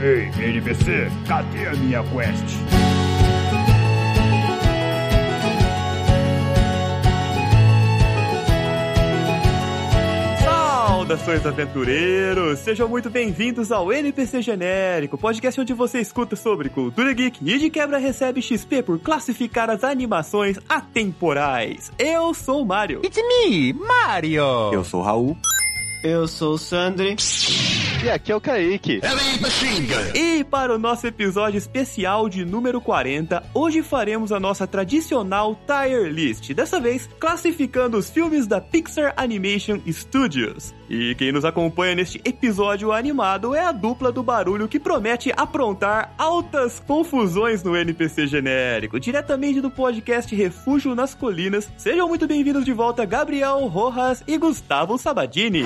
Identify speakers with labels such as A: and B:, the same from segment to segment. A: Ei, NPC, cadê a minha quest?
B: Saudações, aventureiros! Sejam muito bem-vindos ao NPC Genérico, podcast onde você escuta sobre cultura geek e de quebra recebe XP por classificar as animações atemporais. Eu sou o Mario.
C: It's me, Mario!
D: Eu sou o Raul.
E: Eu sou o Sandri.
F: E aqui é o Kaique.
B: E para o nosso episódio especial de número 40, hoje faremos a nossa tradicional Tire List, dessa vez classificando os filmes da Pixar Animation Studios. E quem nos acompanha neste episódio animado é a dupla do barulho que promete aprontar altas confusões no NPC genérico, diretamente do podcast Refúgio nas Colinas. Sejam muito bem-vindos de volta Gabriel Rojas e Gustavo Sabadini.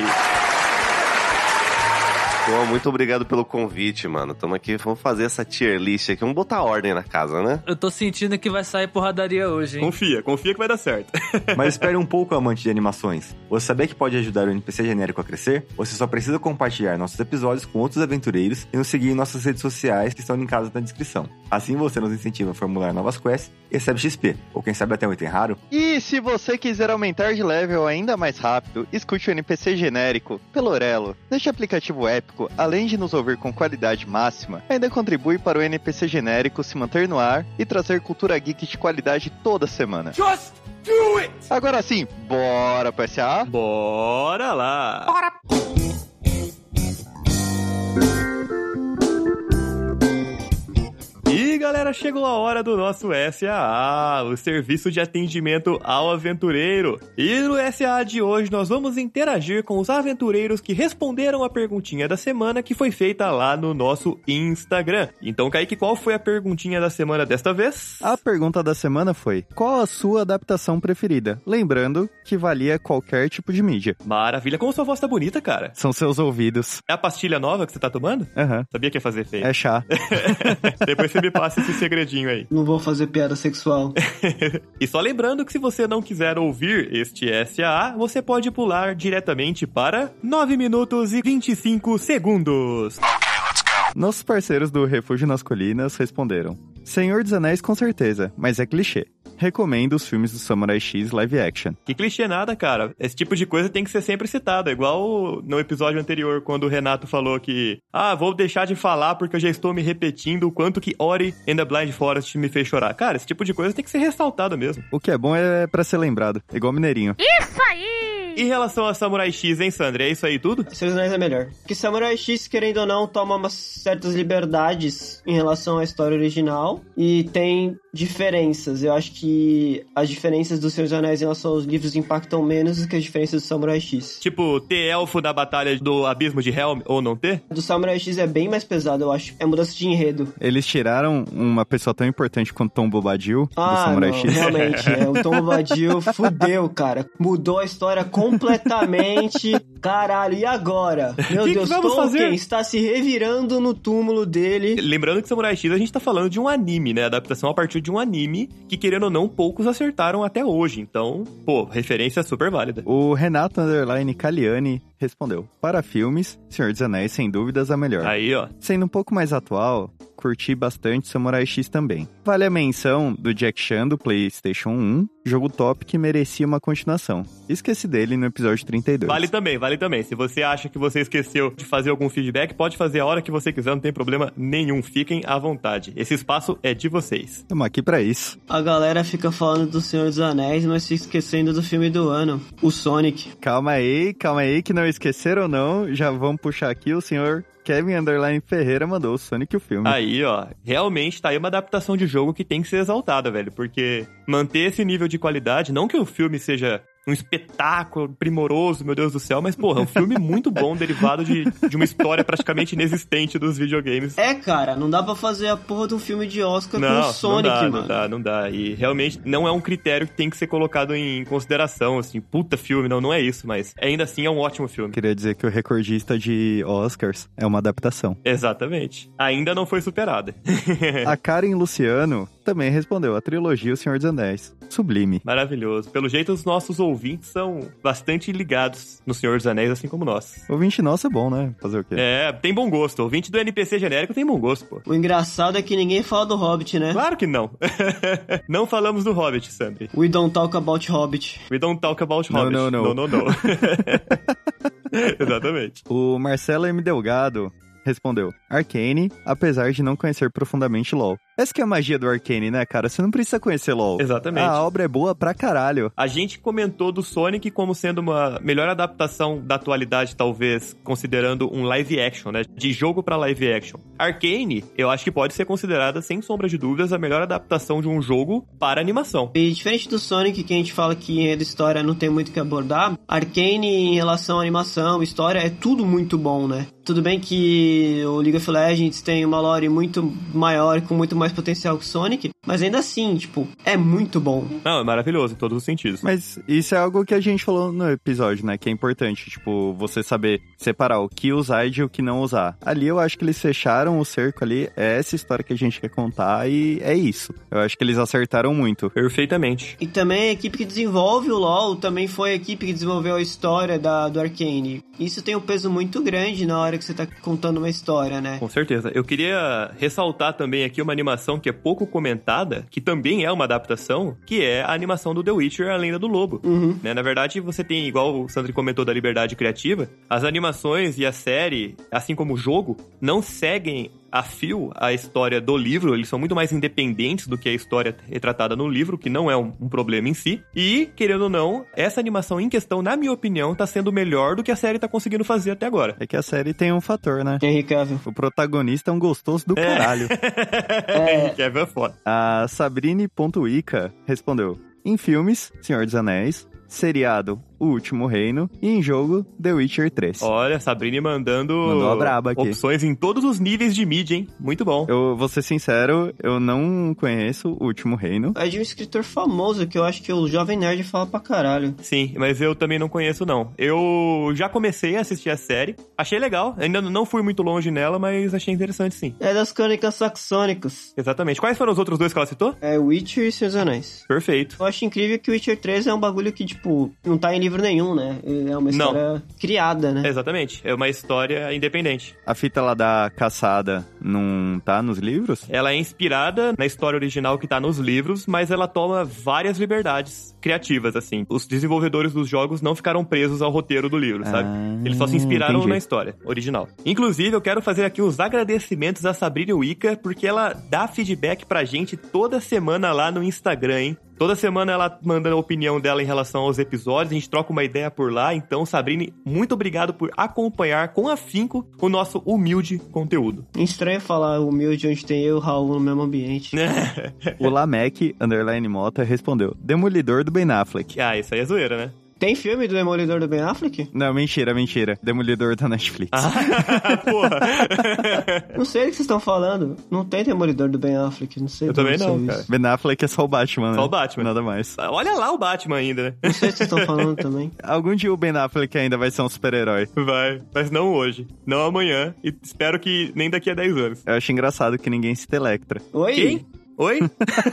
F: Pô, muito obrigado pelo convite, mano. Tamo aqui, vamos fazer essa tier list aqui. Vamos botar ordem na casa, né?
G: Eu tô sentindo que vai sair porradaria hoje, hein?
B: Confia, confia que vai dar certo.
D: Mas espere um pouco, amante de animações. Você sabia que pode ajudar o NPC genérico a crescer? Você só precisa compartilhar nossos episódios com outros aventureiros e nos seguir em nossas redes sociais que estão linkadas na descrição. Assim você nos incentiva a formular novas quests e recebe XP, ou quem sabe até um item raro.
F: E se você quiser aumentar de level ainda mais rápido, escute o NPC genérico pelo Orelo. Neste aplicativo épico, além de nos ouvir com qualidade máxima, ainda contribui para o NPC genérico se manter no ar e trazer cultura geek de qualidade toda semana.
H: Just do it!
F: Agora sim, bora passear?
B: Bora lá! Bora! E galera, chegou a hora do nosso SAA, o serviço de atendimento ao aventureiro. E no SAA de hoje nós vamos interagir com os aventureiros que responderam a perguntinha da semana que foi feita lá no nosso Instagram. Então, Kaique, qual foi a perguntinha da semana desta vez?
C: A pergunta da semana foi: qual a sua adaptação preferida? Lembrando que valia qualquer tipo de mídia.
B: Maravilha, como sua voz tá bonita, cara.
C: São seus ouvidos.
B: É a pastilha nova que você tá tomando?
C: Aham.
B: Sabia que ia fazer efeito.
C: É chá.
B: Depois você me passa esse segredinho aí.
E: Não vou fazer piada sexual.
B: E só lembrando que se você não quiser ouvir este SAA, você pode pular diretamente para 9 minutos e 25 segundos.
C: Nossos parceiros do Refúgio nas Colinas responderam: Senhor dos Anéis, com certeza, mas é clichê. Recomendo os filmes do Samurai X live action.
B: Que clichê nada, cara. Esse tipo de coisa tem que ser sempre citada. Igual no episódio anterior, quando o Renato falou que... Ah, vou deixar de falar porque eu já estou me repetindo o quanto que Ori and the Blind Forest me fez chorar. Cara, esse tipo de coisa tem que ser ressaltado mesmo.
C: O que é bom é pra ser lembrado, igual Mineirinho.
B: Em relação a Samurai X, hein, Sandra? É isso aí tudo?
E: Seus anéis é melhor. Porque Samurai X, querendo ou não, toma umas certas liberdades em relação à história original e tem diferenças. Eu acho que as diferenças dos Seus Anéis em relação aos livros impactam menos do que as diferenças do Samurai X.
B: Tipo, ter elfo da batalha do abismo de Helm ou não ter?
E: Do Samurai X é bem mais pesado, eu acho. É mudança de enredo.
C: Eles tiraram uma pessoa tão importante quanto Tom Bobadil do
E: Ah,
C: Samurai
E: não,
C: X.
E: realmente, é, o Tom Bombadil fudeu, cara. Mudou a história completamente. Caralho, e agora? Meu
B: Que que
E: Deus,
B: vamos
E: Tolkien
B: fazer?
E: está se revirando no túmulo dele.
B: Lembrando que Samurai X a gente tá falando de um anime, né? Adaptação a partir de um anime que, querendo ou não, poucos acertaram até hoje. Então, pô, referência super válida.
C: O Renato Underline Caliani respondeu: Para filmes, Senhor dos Anéis, sem dúvidas, a melhor.
B: Aí, ó.
C: Sendo um pouco mais atual, curti bastante Samurai X também. Vale a menção do Jack Chan do PlayStation 1, jogo top que merecia uma continuação. Esqueci dele no episódio 32.
B: Vale também, vale também. Se você acha que você esqueceu de fazer algum feedback, pode fazer a hora que você quiser, não tem problema nenhum. Fiquem à vontade. Esse espaço é de vocês.
C: Estamos aqui pra isso.
E: A galera fica falando do Senhor dos Anéis, mas se esquecendo do filme do ano, o Sonic.
C: Calma aí, calma aí, que não esqueceram não. Já vamos puxar aqui o senhor Kevin Underline Ferreira mandou o Sonic o filme.
B: Aí, ó, realmente tá aí uma adaptação de jogo que tem que ser exaltada, velho, porque manter esse nível de qualidade, não que o filme seja um espetáculo primoroso, meu Deus do céu, mas, porra, é um filme muito bom, derivado de, de uma história praticamente inexistente dos videogames.
E: É, cara, não dá pra fazer a porra de um filme de Oscar com
B: Não,
E: o Sonic,
B: não dá,
E: mano.
B: não dá, não dá. E realmente não é um critério que tem que ser colocado em consideração, assim, puta filme, não, não é isso, mas ainda assim é um ótimo filme.
C: Queria dizer que o recordista de Oscars é uma adaptação.
B: Exatamente. Ainda não foi superada.
C: A Karen Luciano também respondeu a trilogia O Senhor dos Anéis. Sublime.
B: Maravilhoso. Pelo jeito, os nossos ouvintes são bastante ligados no Senhor dos Anéis, assim como nós.
C: Ouvinte nosso é bom, né? Fazer o quê?
B: É, tem bom gosto. Ouvinte do NPC genérico tem bom gosto, pô.
E: O engraçado é que ninguém fala do Hobbit, né?
B: Claro que não. não falamos do Hobbit, Sandri.
E: We don't talk about Hobbit.
B: We don't talk about
C: No,
B: Hobbit.
C: no, no.
B: não, não. Exatamente.
C: O Marcelo M. Delgado respondeu: Arcane, apesar de não conhecer profundamente LoL. Essa que é a magia do Arcane, né, cara? Você não precisa conhecer LoL.
B: Exatamente.
C: A obra é boa pra caralho.
B: A gente comentou do Sonic como sendo uma melhor adaptação da atualidade, talvez, considerando um live action, né? De jogo pra live action. Arcane, eu acho que pode ser considerada, sem sombra de dúvidas, a melhor adaptação de um jogo para animação.
E: E diferente do Sonic, que a gente fala que em enredo e história não tem muito o que abordar, Arcane em relação à animação, história, é tudo muito bom, né? Tudo bem que o League of Legends tem uma lore muito maior, com muito mais potencial que o Sonic, mas ainda assim, tipo, é muito bom.
B: Não, é maravilhoso em todos os sentidos.
C: Mas isso é algo que a gente falou no episódio, né? Que é importante, tipo, você saber separar o que usar e de o que não usar. Ali eu acho que eles fecharam o cerco ali, é essa história que a gente quer contar e é isso. Eu acho que eles acertaram muito.
B: Perfeitamente.
E: E também a equipe que desenvolve o LoL também foi a equipe que desenvolveu a história da, do Arcane. Isso tem um peso muito grande na hora que você tá contando uma história, né?
B: Com certeza. Eu queria ressaltar também aqui uma animação que é pouco comentada, que também é uma adaptação, que é a animação do The Witcher, A Lenda do Lobo.
E: Uhum.
B: né? Na verdade, você tem, igual o Sandro comentou da liberdade criativa, as animações e a série, assim como o jogo, não seguem a fio a história do livro, eles são muito mais independentes do que a história retratada no livro, que não é um, um problema em si. E, querendo ou não, essa animação em questão, na minha opinião, tá sendo melhor do que a série tá conseguindo fazer até agora.
C: É que a série tem um fator, né?
E: Henry Cavill.
C: O protagonista é um gostoso do caralho.
E: É.
B: Que é foda.
C: A Sabrine.ica respondeu: Em filmes, Senhor dos Anéis, seriado O Último Reino e em jogo The Witcher 3.
B: Olha, Sabrina mandando
C: Mandou a braba aqui.
B: opções em todos os níveis de mídia, hein? Muito bom.
C: Eu vou ser sincero, eu não conheço O Último Reino.
E: É de um escritor famoso que eu acho que o Jovem Nerd fala pra caralho.
B: Sim, mas eu também não conheço, não. Eu já comecei a assistir a série, achei legal, ainda não fui muito longe nela, mas achei interessante sim.
E: É das crônicas saxônicas.
B: Exatamente. Quais foram os outros dois que ela citou?
E: É Witcher e Seus Anéis.
B: Perfeito.
E: Eu acho incrível que Witcher 3 é um bagulho que, tipo, não tá em livro nenhum, né? É uma
B: Não.
E: história criada, né?
B: Exatamente. É uma história independente.
C: A fita lá da caçada não tá nos livros?
B: Ela é inspirada na história original que tá nos livros, mas ela toma várias liberdades criativas, assim. Os desenvolvedores dos jogos não ficaram presos ao roteiro do livro, sabe?
C: Ah,
B: Eles só se inspiraram
C: entendi.
B: na história original. Inclusive, eu quero fazer aqui os agradecimentos a Sabrina Wicca, porque ela dá feedback pra gente toda semana lá no Instagram, hein? Toda semana ela manda a opinião dela em relação aos episódios, a gente troca uma ideia por lá. Então, Sabrine, muito obrigado por acompanhar com afinco o nosso humilde conteúdo.
E: Estranho falar humilde onde tem eu e o Raul no mesmo ambiente.
C: O Lamec, underline Mota, respondeu: Demolidor do Ben Affleck.
B: ah, isso aí é zoeira, né?
E: Tem filme do Demolidor do Ben Affleck?
C: Não, mentira, mentira. Demolidor da Netflix.
B: Ah, porra!
E: Não sei o que vocês estão falando. Não tem Demolidor do Ben Affleck, não sei.
B: Eu
E: de onde
B: também não,
E: saiu
B: cara.
E: isso.
C: Ben Affleck é só o Batman, né?
B: Só o Batman.
C: Nada mais.
B: Olha lá o Batman ainda, né?
E: Não sei o que vocês estão falando também.
C: Algum dia o Ben Affleck ainda vai ser um super-herói.
B: Vai, mas não hoje, não amanhã, e espero que nem daqui a 10 anos.
C: Eu acho engraçado que ninguém cita Electra.
E: Oi?
B: Quem? Oi?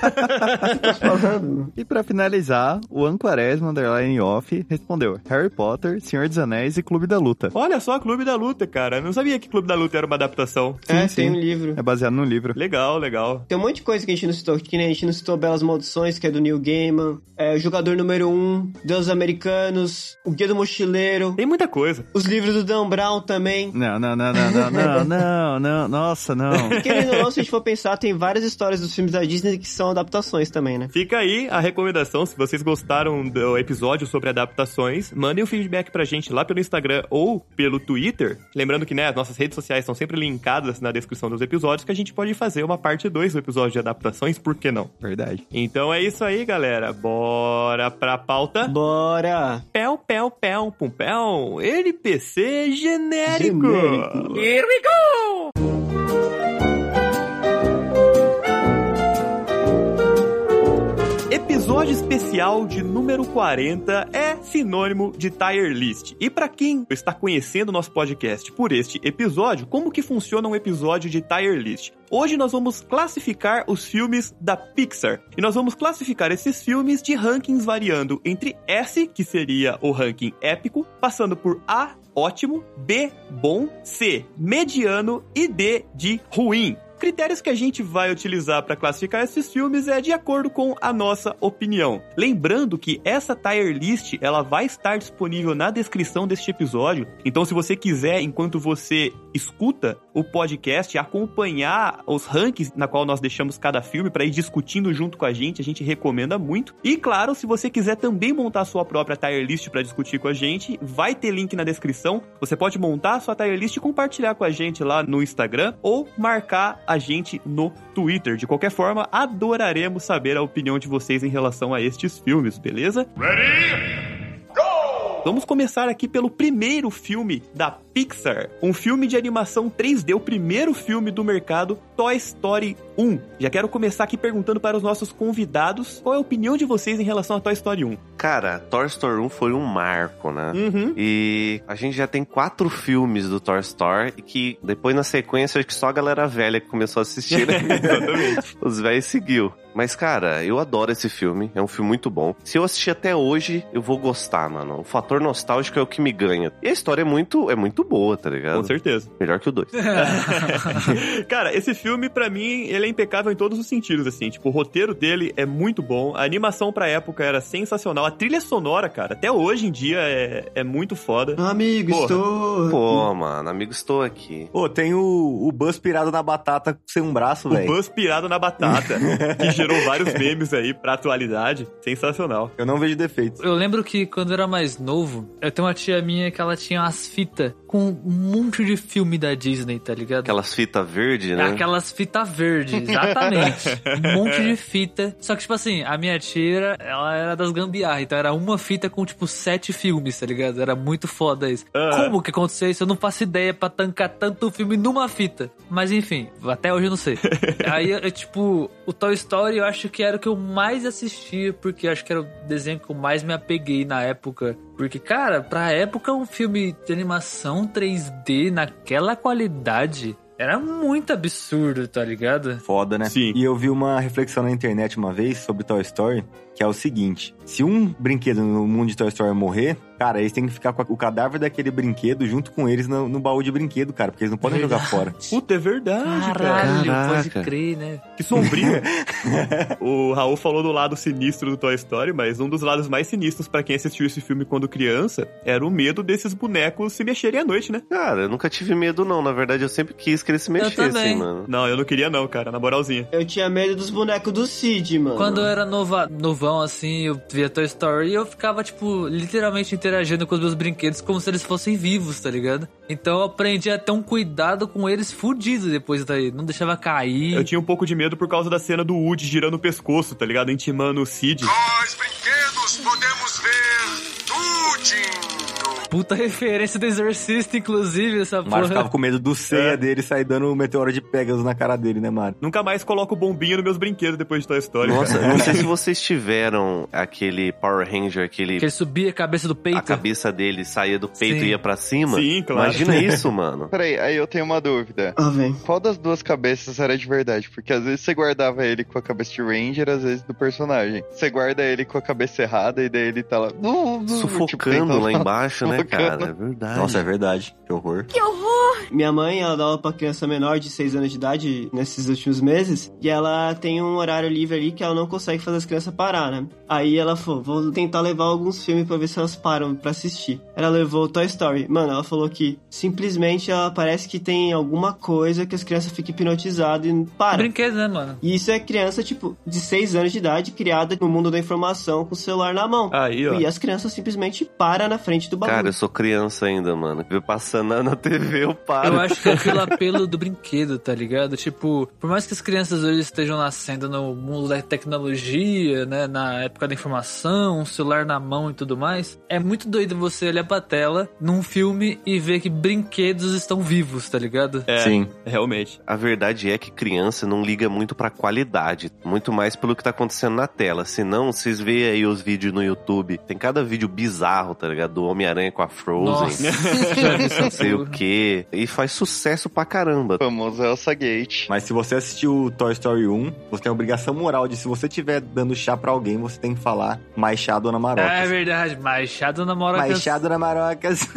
E: Tá falando?
C: E pra finalizar, o Anquaresma Underline Off respondeu: Harry Potter, Senhor dos Anéis e Clube da Luta.
B: Olha só, Clube da Luta, cara. Eu não sabia que Clube da Luta era uma adaptação.
E: é,
C: sim.
E: tem um livro.
C: É baseado no livro.
B: Legal, legal.
E: Tem um monte de coisa que a gente não citou, que nem a gente não citou Belas Maldições, que é do Neil Gaiman, é, o Jogador Número 1, Deus Americanos, O Guia do Mochileiro,
B: Tem muita coisa.
E: os livros do Dan Brown também.
C: Não, não, não, não, não, não, não, não, nossa, não.
E: Querendo ou não, se a gente for pensar, tem várias histórias dos filmes da Disney que são adaptações também, né?
B: Fica aí a recomendação. Se vocês gostaram do episódio sobre adaptações, mandem o feedback pra gente lá pelo Instagram ou pelo Twitter. Lembrando que, né, as nossas redes sociais estão sempre linkadas na descrição dos episódios, que a gente pode fazer uma parte 2 do episódio de adaptações, por que não?
C: Verdade.
B: Então é isso aí, galera. Bora pra pauta.
E: Bora!
B: Pel, pel, pel, pum, pel. NPC genérico.
E: Genérico.
I: Here we go!
B: Episódio episódio especial de número 40 é sinônimo de tier list. E para quem está conhecendo o nosso podcast por este episódio, como que funciona um episódio de tier list? Hoje nós vamos classificar os filmes da Pixar. E nós vamos classificar esses filmes de rankings variando entre S, que seria o ranking épico, passando por A, ótimo, B, bom, C, mediano e D de ruim critérios que a gente vai utilizar para classificar esses filmes é de acordo com a nossa opinião. Lembrando que essa tier list ela vai estar disponível na descrição deste episódio. Então, se você quiser, enquanto você escuta o podcast, acompanhar os rankings na qual nós deixamos cada filme para ir discutindo junto com a gente, a gente recomenda muito. E claro, se você quiser também montar sua própria tier list para discutir com a gente, vai ter link na descrição. Você pode montar a sua tier list e compartilhar com a gente lá no Instagram ou marcar a gente no Twitter. De qualquer forma, adoraremos saber a opinião de vocês em relação a estes filmes, beleza? Ready? Go! Vamos começar aqui pelo primeiro filme da Pixar, um filme de animação 3D, o primeiro filme do mercado Toy Story 1. Já quero começar aqui perguntando para os nossos convidados qual é a opinião de vocês em relação a Toy Story 1.
F: Cara, Toy Story 1 foi um marco, né?
B: Uhum.
F: E a gente já tem quatro filmes do Toy Story que depois na sequência acho que só a galera velha que começou a assistir. Né? Os velhos seguiu. Mas, cara, eu adoro esse filme. É um filme muito bom. Se eu assistir até hoje, eu vou gostar, mano. O fator nostálgico é o que me ganha. E a história é muito, é muito boa, tá ligado?
B: Com certeza.
F: Melhor que o 2.
B: Cara, esse filme, para mim, ele é impecável em todos os sentidos, assim. Tipo, o roteiro dele é muito bom, a animação pra época era sensacional, a trilha sonora, cara, até hoje em dia é, é muito foda.
E: Amigo,
B: Porra.
E: estou.
F: Pô, mano, amigo, estou aqui.
J: Pô, tem o, o Buzz pirado na batata sem um braço,
B: O
J: velho.
B: Buzz pirado na batata, que gerou vários memes aí pra atualidade. Sensacional.
J: Eu não vejo defeitos.
G: Eu lembro que quando eu era mais novo, eu tenho uma tia minha que ela tinha umas fitas com um monte de filme da Disney, tá ligado?
F: Aquelas fitas verdes, né?
G: Aquelas fitas verdes, exatamente. um monte de fita. Só que, tipo assim, a minha tia, ela era das gambiarra, então era uma fita com, tipo, sete filmes, tá ligado? Era muito foda isso.
B: Aham.
G: Como que aconteceu isso? Eu não faço ideia pra tancar tanto filme numa fita. Mas, enfim, até hoje eu não sei. Aí, eu, tipo, o Toy Story eu acho que era o que eu mais assistia, porque eu acho que era o desenho que eu mais me apeguei na época. Porque, cara, pra época, um filme de animação 3D naquela qualidade era muito absurdo, tá ligado?
J: Foda, né?
B: Sim.
J: E eu vi uma reflexão na internet uma vez sobre Toy Story, que é o seguinte: se um brinquedo no mundo de Toy Story morrer, cara, eles têm que ficar com a- o cadáver daquele brinquedo junto com eles no, no baú de brinquedo, cara, porque eles não podem jogar fora.
B: Puta, é verdade, cara.
G: Caralho, pode
F: Caraca.
G: crer, né?
B: Que sombrio. o Raul falou do lado sinistro do Toy Story, mas um dos lados mais sinistros pra quem assistiu esse filme quando criança era o medo desses bonecos se mexerem à noite, né?
F: Cara, eu nunca tive medo, não. Na verdade, eu sempre quis que eles se
G: também.
F: mexessem, mano.
B: Não, eu não queria não, cara, na moralzinha.
E: Eu tinha medo dos bonecos do Cid, mano.
G: Quando eu era nova, novão, assim, eu via Toy Story e eu ficava, tipo, literalmente interagindo com os meus brinquedos como se eles fossem vivos, tá ligado? Então eu aprendi a ter um cuidado com eles fudido depois daí. Não deixava cair.
B: Eu tinha um pouco de medo por causa da cena do Woody girando o pescoço, tá ligado? Intimando o Cid.
A: Nós, brinquedos, podemos ver tudinho.
G: Puta referência do Exorcista, inclusive, essa
J: O Mario
G: porra.
J: ficava com medo do ceia
B: É.
J: dele sair dando o meteoro de Pegasus na cara dele, né, Mario?
B: Nunca mais coloco bombinha nos meus brinquedos depois de Toy Story.
F: Nossa,
B: cara.
F: eu não sei se vocês tiveram aquele Power Ranger, aquele.
G: Que ele subia a cabeça do peito.
F: A cabeça dele saía do peito
G: Sim.
F: e ia pra cima.
B: Sim, claro.
F: Imagina isso, mano.
C: Peraí, aí eu tenho uma dúvida.
E: Ah, vem.
C: Qual das duas cabeças era de verdade? Porque às vezes você guardava ele com a cabeça de Ranger, às vezes do personagem. Você guarda ele com a cabeça errada e daí ele tá lá. nu, nu, tipo,
F: Sufocando
C: tentando
F: lá
C: falar.
F: embaixo, né, cara?
C: Sufocando.
F: É verdade.
J: Nossa, é verdade. Que horror.
E: Minha mãe, ela dá aula pra criança menor de 6 anos de idade nesses últimos meses. E ela tem um horário livre ali que ela não consegue fazer as crianças parar, né? Aí ela falou, vou tentar levar alguns filmes pra ver se elas param pra assistir. Ela levou Toy Story. Mano, ela falou que simplesmente ela parece que tem alguma coisa que as crianças ficam hipnotizadas e param.
G: Brinquedo, né, mano?
E: E isso é criança, tipo, de 6 anos de idade, criada no mundo da informação com o celular na mão.
B: Aí, ó.
E: E as crianças simplesmente param na frente do bagulho.
F: Cara, eu eu sou criança ainda, mano. Eu passando na- na TV, eu paro.
G: Eu acho que é pelo apelo do brinquedo, tá ligado? Tipo, por mais que as crianças hoje estejam nascendo no mundo da tecnologia, né? Na época da informação, um celular na mão e tudo mais, é muito doido você olhar pra tela num filme e ver que brinquedos estão vivos, tá ligado?
B: É,
J: Sim.
B: realmente.
F: A verdade é que criança não liga muito pra qualidade, muito mais pelo que tá acontecendo na tela. Senão, vocês veem aí os vídeos no YouTube, tem cada vídeo bizarro, tá ligado? Do Homem-Aranha com a Frozen,
G: já vi essa
F: não sei o
G: porra.
F: quê. E faz sucesso pra caramba.
C: famoso Elsa Gate.
J: Mas se você assistiu o Toy Story 1, você tem a obrigação moral de se você estiver dando chá pra alguém, você tem que falar mais chá, Dona
G: Ah, é
J: Marocas.
G: verdade, mas Shadow namora
J: mais chá, Dona Marocas.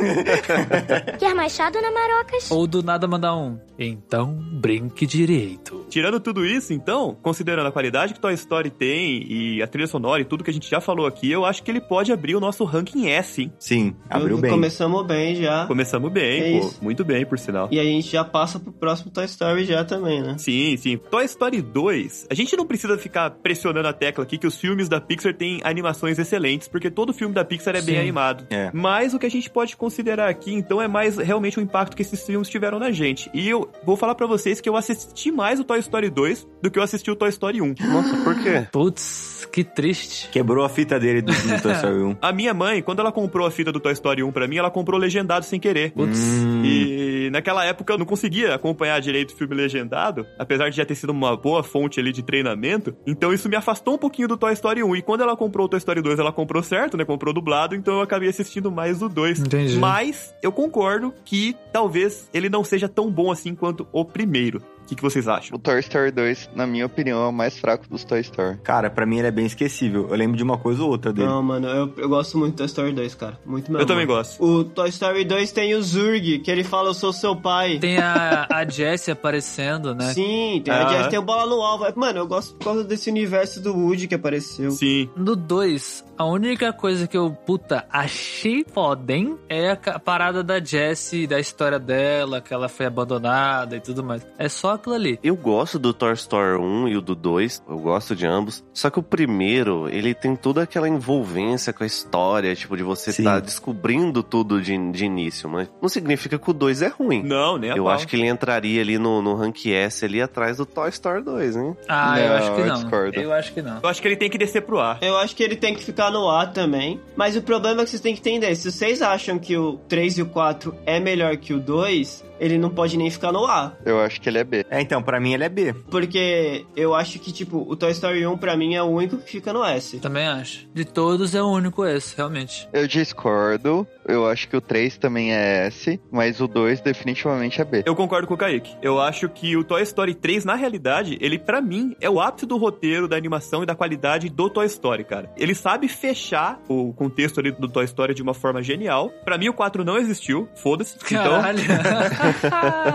K: Quer mais chá, dona Marocas?
G: Ou do nada mandar um. Então brinque direito.
B: Tirando tudo isso, então, considerando a qualidade que Toy Story tem e a trilha sonora e tudo que a gente já falou aqui, eu acho que ele pode abrir o nosso ranking S, hein?
J: Sim, abriu bem.
E: Começamos bem já.
B: Começamos
E: É
B: bem, pô.
E: isso.
B: Muito bem, por sinal.
E: E a gente já passa pro próximo Toy Story já também, né?
B: Sim, sim. Toy Story 2, a gente não precisa ficar pressionando a tecla aqui que os filmes da Pixar têm animações excelentes, porque todo filme da Pixar é bem
G: Sim.
B: animado.
J: É.
B: Mas o que a gente pode considerar aqui, então, é mais realmente o impacto que esses filmes tiveram na gente. E eu vou falar pra vocês que eu assisti mais o Toy Story 2 do que eu assisti o Toy Story 1.
F: Nossa, por quê?
G: Putz, que triste.
J: Quebrou a fita dele do, um. do Toy Story 1.
B: A minha mãe, quando ela comprou a fita do Toy Story 1 pra mim, ela comprou legendado sem querer.
G: Putz.
B: E naquela época eu não conseguia acompanhar direito o filme legendado, apesar de já ter sido uma boa fonte ali de treinamento. Então isso me afastou um pouquinho do Toy Story 1. E quando ela comprou o Toy Story 2, ela comprou certo, né? Comprou dublado, então eu acabei assistindo mais o 2.
G: Entendi.
B: Mas eu concordo que talvez ele não seja tão bom assim quanto o primeiro. O que, que vocês acham?
C: O Toy Story 2, na minha opinião, é o mais fraco dos Toy Story.
J: Cara, pra mim ele é bem esquecível. Eu lembro de uma coisa ou outra dele.
E: Não, mano, eu, eu gosto muito do Toy Story 2, cara. Muito mesmo.
B: eu também gosto.
E: O Toy Story 2 tem o Zurg, que ele fala, eu sou seu pai.
G: Tem a, a Jessie aparecendo, né?
E: Sim, tem,
B: Ah,
E: a
B: é.
E: Jess, tem o Bola no Alvo. Mano, eu gosto por causa desse universo do Woody que apareceu.
B: Sim.
G: No 2, a única coisa que eu, puta, achei foda, hein? É a ca- parada da Jessie, da história dela, que ela foi abandonada e tudo mais. É só aquilo ali.
F: Eu gosto do Toy Story 1 e o do 2, eu gosto de ambos. Só que o primeiro, ele tem toda aquela envolvência com a história, tipo, de você
J: Sim.
F: estar descobrindo tudo de, de início, mas não significa que o 2 é ruim.
B: Não, né?
F: Eu acho que ele entraria ali no, no Rank S, ali atrás do Toy Story 2, hein?
G: Ah, eu
C: Não,
G: acho que
C: eu
G: não.
C: discordo.
G: Eu acho que não.
B: Eu acho que ele tem que descer pro ar.
E: Eu acho que ele tem que ficar no ar também. Mas o problema é que vocês têm que entender: se vocês acham que o 3 e o 4 é melhor que o 2, ele não pode nem ficar no ar.
C: Eu acho que ele é B.
J: É, então, pra mim ele é B.
E: Porque eu acho que, tipo, o Toy Story 1 pra mim é o único que fica no S.
G: Também acho. De todos é o único esse, realmente.
C: Eu discordo. Eu acho que o 3 também é S, mas o 2 definitivamente é B.
B: Eu concordo com o Kaique. Eu acho que o Toy Story 3, na realidade, ele pra mim é o ápice do roteiro, da animação e da qualidade do Toy Story, cara. Ele sabe fechar o contexto ali do Toy Story de uma forma genial. Pra mim o 4 não existiu, foda-se. Então,
G: Caralho.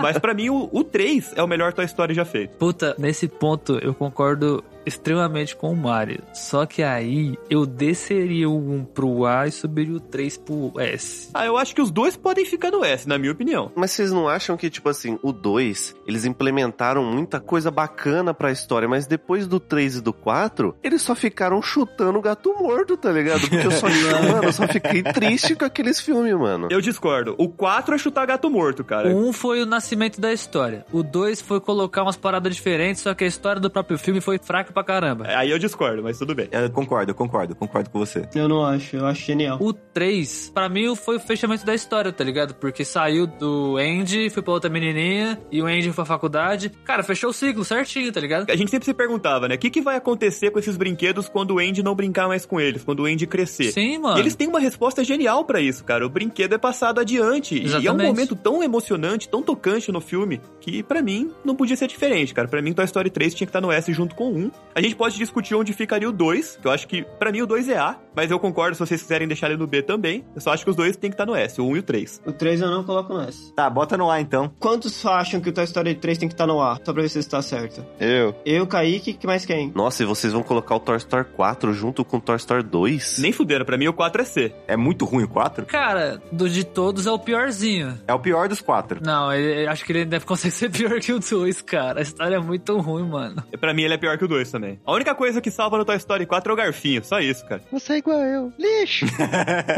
B: mas pra mim o, o 3 é o melhor Toy Story já feito.
G: Puta, nesse ponto eu concordo extremamente com o Mario. Só que aí eu desceria o 1 pro A e subiria o 3 pro S.
B: Ah, eu acho que os dois podem ficar no S, na minha opinião.
F: Mas vocês não acham que, tipo assim, o 2, eles implementaram muita coisa bacana pra história, mas depois do 3 e do 4, eles só ficaram chutando o gato morto, tá ligado? Porque eu só, mano, eu só fiquei triste com aqueles filmes, mano.
B: Eu discordo. O 4 é chutar gato morto,
G: O
B: cara.
G: 1 um foi o nascimento da história. O 2 foi colocar umas paradas diferentes, só que a história do próprio filme foi fraca pra caramba.
B: É, Aí eu discordo, mas tudo bem.
J: Eu concordo, eu concordo, concordo com você.
E: Eu não acho, eu acho genial.
G: O 3, pra mim, foi o fechamento da história, tá ligado? Porque saiu do Andy, foi pra outra menininha, e o Andy foi pra faculdade. Cara, fechou o ciclo certinho, tá ligado?
B: A gente sempre se perguntava, né? O que, que vai acontecer com esses brinquedos quando o Andy não brincar mais com eles, quando o Andy crescer?
G: Sim,
B: E
G: mano.
B: eles têm uma resposta genial pra isso, cara. O brinquedo é passado adiante. E é um
G: Exatamente.
B: momento tão emocionante, tão tocante no filme, que pra mim não podia ser diferente, cara. Pra mim Toy Story 3 tinha que estar no S junto com o 1. A gente pode discutir onde ficaria o 2, que eu acho que pra mim o 2 é A, mas eu concordo se vocês quiserem deixar ele no B também. Eu só acho que os dois tem que estar no S, o 1 e o 3.
E: O 3 eu não coloco no S.
J: Tá, bota no A então.
E: Quantos acham que o Toy Story 3 tem que estar no ar? Só pra ver se está certo.
C: Eu.
E: Eu, Kaique, que mais quem?
F: Nossa, e vocês vão colocar o Toy Story 4 junto com o Toy Story 2?
B: Nem fuderam, pra mim o 4 é C.
J: É muito ruim o 4?
G: Cara, do de todos é o piorzinho.
J: É o pior dos quatro.
G: Não, ele- acho que ele deve conseguir ser pior que o 2, cara. A história é muito ruim, mano.
B: Pra mim ele é pior que o 2. também. A única coisa que salva no Toy Story 4 é o garfinho, só isso, cara.
C: Você é igual eu. Lixo!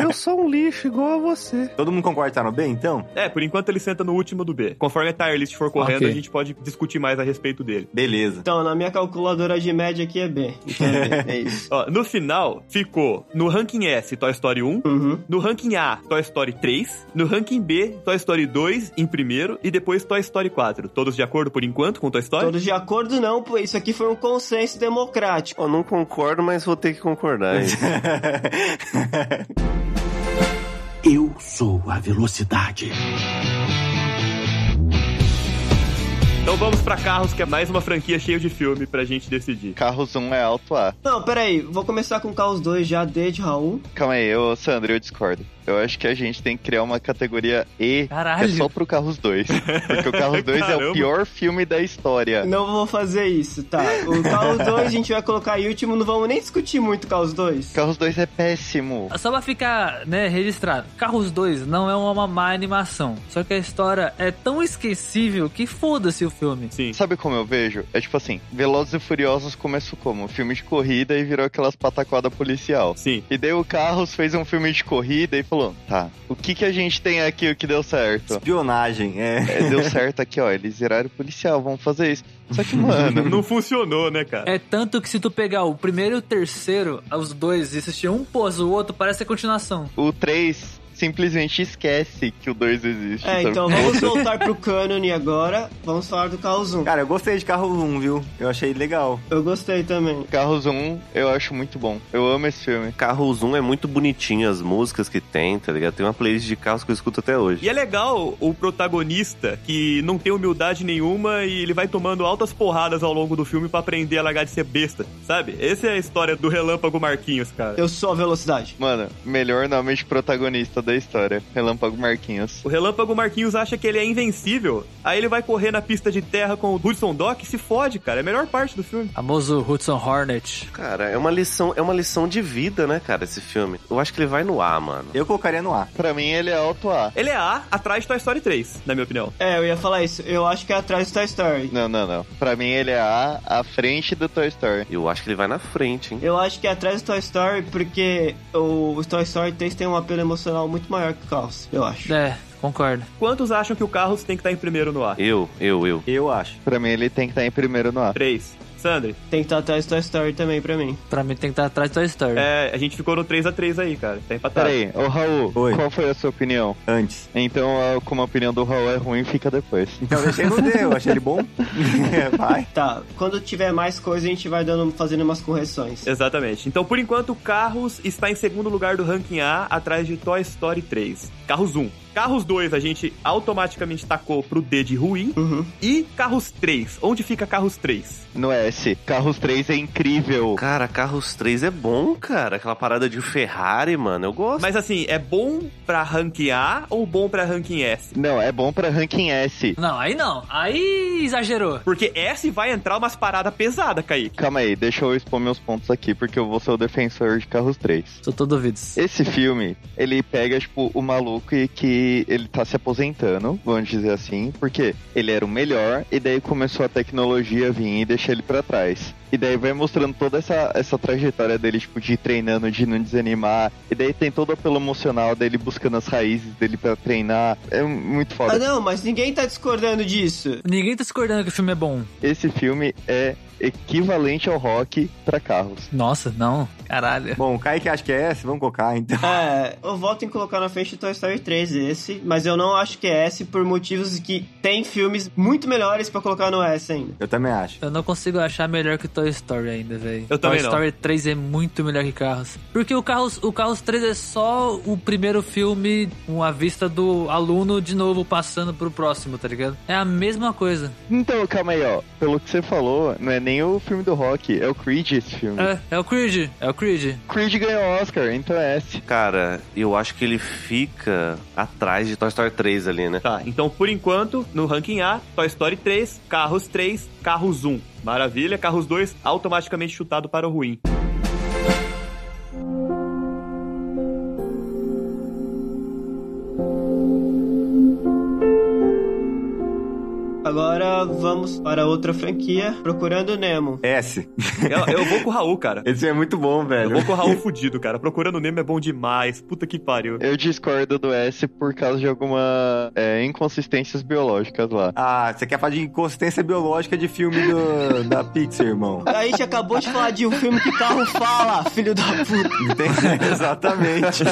C: eu sou um lixo igual a você.
J: Todo mundo concorda que tá no B, então?
B: É, por enquanto ele senta no último do B. Conforme a tier list for correndo, a gente pode discutir mais a respeito dele.
J: Beleza.
E: Então, na minha calculadora de média aqui é B. Então é B, é isso.
B: Ó, no final, ficou no ranking S Toy Story 1,
E: Uhum.
B: no ranking A Toy Story 3, no ranking B Toy Story 2 em primeiro e depois Toy Story 4. Todos de acordo por enquanto com Toy Story?
E: Todos de acordo, não, pô. Isso aqui foi um consenso democrático.
F: Eu não concordo, mas vou ter que concordar. hein?
A: Eu sou a velocidade.
B: Então vamos pra Carros, que é mais uma franquia cheia de filme pra gente decidir.
C: Carros 1 é alto A.
E: Não, peraí, vou começar com Caos 2 já, D de Raul.
C: Calma aí, eu, Sandro, eu discordo. Eu acho que a gente tem que criar uma categoria E, que é
G: Caralho.
C: só pro Carros 2. Porque o Carros 2 é
B: Caramba.
C: o pior filme da história.
E: Não vou fazer isso, tá? O Caos 2 a gente vai colocar em último, não vamos nem discutir muito Caos 2.
C: Carros 2 é péssimo.
G: Só pra ficar, né, registrado. Carros 2 não é uma má animação. Só que a história é tão esquecível que foda-se o filme.
B: Sim.
C: Sabe como eu vejo? É tipo assim, Velozes e Furiosos começou como? Filme de corrida e virou aquelas pataquadas policial.
B: Sim.
C: E daí o Carros fez um filme de corrida e falou, tá, o que que a gente tem aqui o que deu certo?
J: Espionagem, é.
C: É, deu certo aqui, ó, eles viraram policial, vamos fazer isso. Só que, mano,
B: Não funcionou, né, cara?
G: É tanto que se tu pegar o primeiro e o terceiro, os dois, e assistir um pós o outro, parece a continuação.
C: o 3 simplesmente esquece que o 2 existe.
E: É,
C: sabe?
E: então vamos voltar pro cânone agora. Vamos falar do Caos 1.
J: Cara, eu gostei de carro 1, viu? Eu achei legal.
E: Eu gostei também.
C: Carros 1 eu acho muito bom. Eu amo esse filme.
F: Carros 1 é muito bonitinho, as músicas que tem, tá ligado? Tem uma playlist de carros que eu escuto até hoje.
B: E é legal o protagonista que não tem humildade nenhuma e ele vai tomando altas porradas ao longo do filme pra aprender a largar de ser besta, sabe? Essa é a história do Relâmpago Marquinhos, cara.
E: Eu sou a velocidade.
C: Mano, melhor nome de protagonista da história. Relâmpago Marquinhos.
B: O Relâmpago Marquinhos acha que ele é invencível, aí ele vai correr na pista de terra com o Hudson Dock e se fode, cara. É a melhor parte do filme.
G: Famoso Hudson Hornet.
F: Cara, é uma lição, é uma lição de vida, né, cara, esse filme. Eu acho que ele vai no A, mano.
J: Eu colocaria no A.
C: Pra mim ele é alto A.
B: Ele é A atrás de Toy Story 3, na minha opinião.
E: É, eu ia falar isso. Eu acho que é atrás do Toy Story.
C: Não, não, não. Pra mim ele é A à frente do Toy Story.
F: Eu acho que ele vai na frente, hein?
E: Eu acho que é atrás do Toy Story porque o o Toy Story 3 tem um apelo emocional muito maior que o Caos, eu acho.
G: É, concordo.
B: Quantos acham que o Carros tem que estar em primeiro no A?
F: Eu, eu, eu.
J: Eu acho.
C: Pra mim ele tem que estar em primeiro no A.
B: 3. Sandri,
E: Tem que estar atrás do Toy Story também pra mim.
G: Pra mim tem que estar atrás do Toy Story.
B: é, a gente ficou no 3x3 aí, cara. Tá empatado.
C: Peraí, ô Raul,
J: Oi.
C: qual foi a sua opinião?
J: Antes.
C: Então, ah, como a opinião do Raul é ruim, fica depois.
J: Então eu deixei no D, eu achei ele bom. vai.
E: Tá, quando tiver mais coisa a gente vai dando, fazendo umas correções.
B: Exatamente. Então, por enquanto, Carros está em segundo lugar do ranking A, atrás de Toy Story 3. Carros 1. Carros 2 a gente automaticamente tacou pro D de ruim.
E: Uhum.
B: E Carros 3. Onde fica Carros 3?
C: No S, Carros 3 é incrível.
F: Cara, Carros 3 é bom, cara. Aquela parada de Ferrari, mano, eu gosto.
B: Mas assim, é bom pra ranking A ou bom pra ranking S?
C: Não, é bom pra ranking S.
G: Não, aí não. Aí exagerou.
B: Porque S vai entrar umas paradas pesadas, Kaique.
C: Calma aí, deixa eu expor meus pontos aqui, porque eu vou ser o defensor de Carros 3.
G: Sou todo ouvidos.
C: Esse filme, ele pega, tipo, o maluco e que ele tá se aposentando, vamos dizer assim, porque ele era o melhor, e daí começou a tecnologia a vir e deixar ele pra trás. E daí vai mostrando toda essa, essa trajetória dele, tipo, de ir treinando, de não desanimar. E daí tem todo o apelo emocional dele buscando as raízes dele pra treinar. É muito
E: Ah,
C: foda.
E: não, mas ninguém tá discordando disso.
G: Ninguém tá discordando que o filme é bom.
C: Esse filme é equivalente ao rock pra carros.
G: Nossa, não. Caralho.
J: Bom, o Kaique acha que é S, vamos colocar então.
E: É, eu voto em colocar na frente do Toy Story 3 esse, mas eu não acho que é S por motivos que tem filmes muito melhores pra colocar no S ainda.
J: Eu também acho.
G: Eu não consigo achar melhor que Toy Story ainda, velho.
B: Eu também
G: Toy
B: não.
G: Story 3 é muito melhor que Carros. Porque o Carros, o Carros 3 é só o primeiro filme, uma vista do aluno de novo passando pro próximo, tá ligado? É a mesma coisa.
C: Então, calma aí, ó. Pelo que você falou, não é nem o filme do rock, é o Creed esse filme.
G: É, é o Creed, é o Creed.
C: Creed ganhou Oscar, então é S.
F: Cara, eu acho que ele fica atrás de Toy Story 3 ali, né?
B: Tá, então por enquanto, no ranking A, Toy Story 3, Carros 3, Carros 1. Maravilha, Carros 2 automaticamente chutado para o ruim.
E: Agora vamos para outra franquia, Procurando Nemo.
J: S.
B: Eu, eu vou com o Raul, cara.
J: Esse é muito bom,
B: Eu
J: velho.
B: vou com o Raul fudido, cara. Procurando Nemo é bom demais. Puta que pariu.
C: Eu discordo do S por causa de alguma é, inconsistências biológicas lá.
J: Ah, você quer falar de inconsistência biológica de filme do- da Pixar, irmão.
E: A gente acabou de falar de um filme que carro fala, filho da puta.
J: Entende? Exatamente.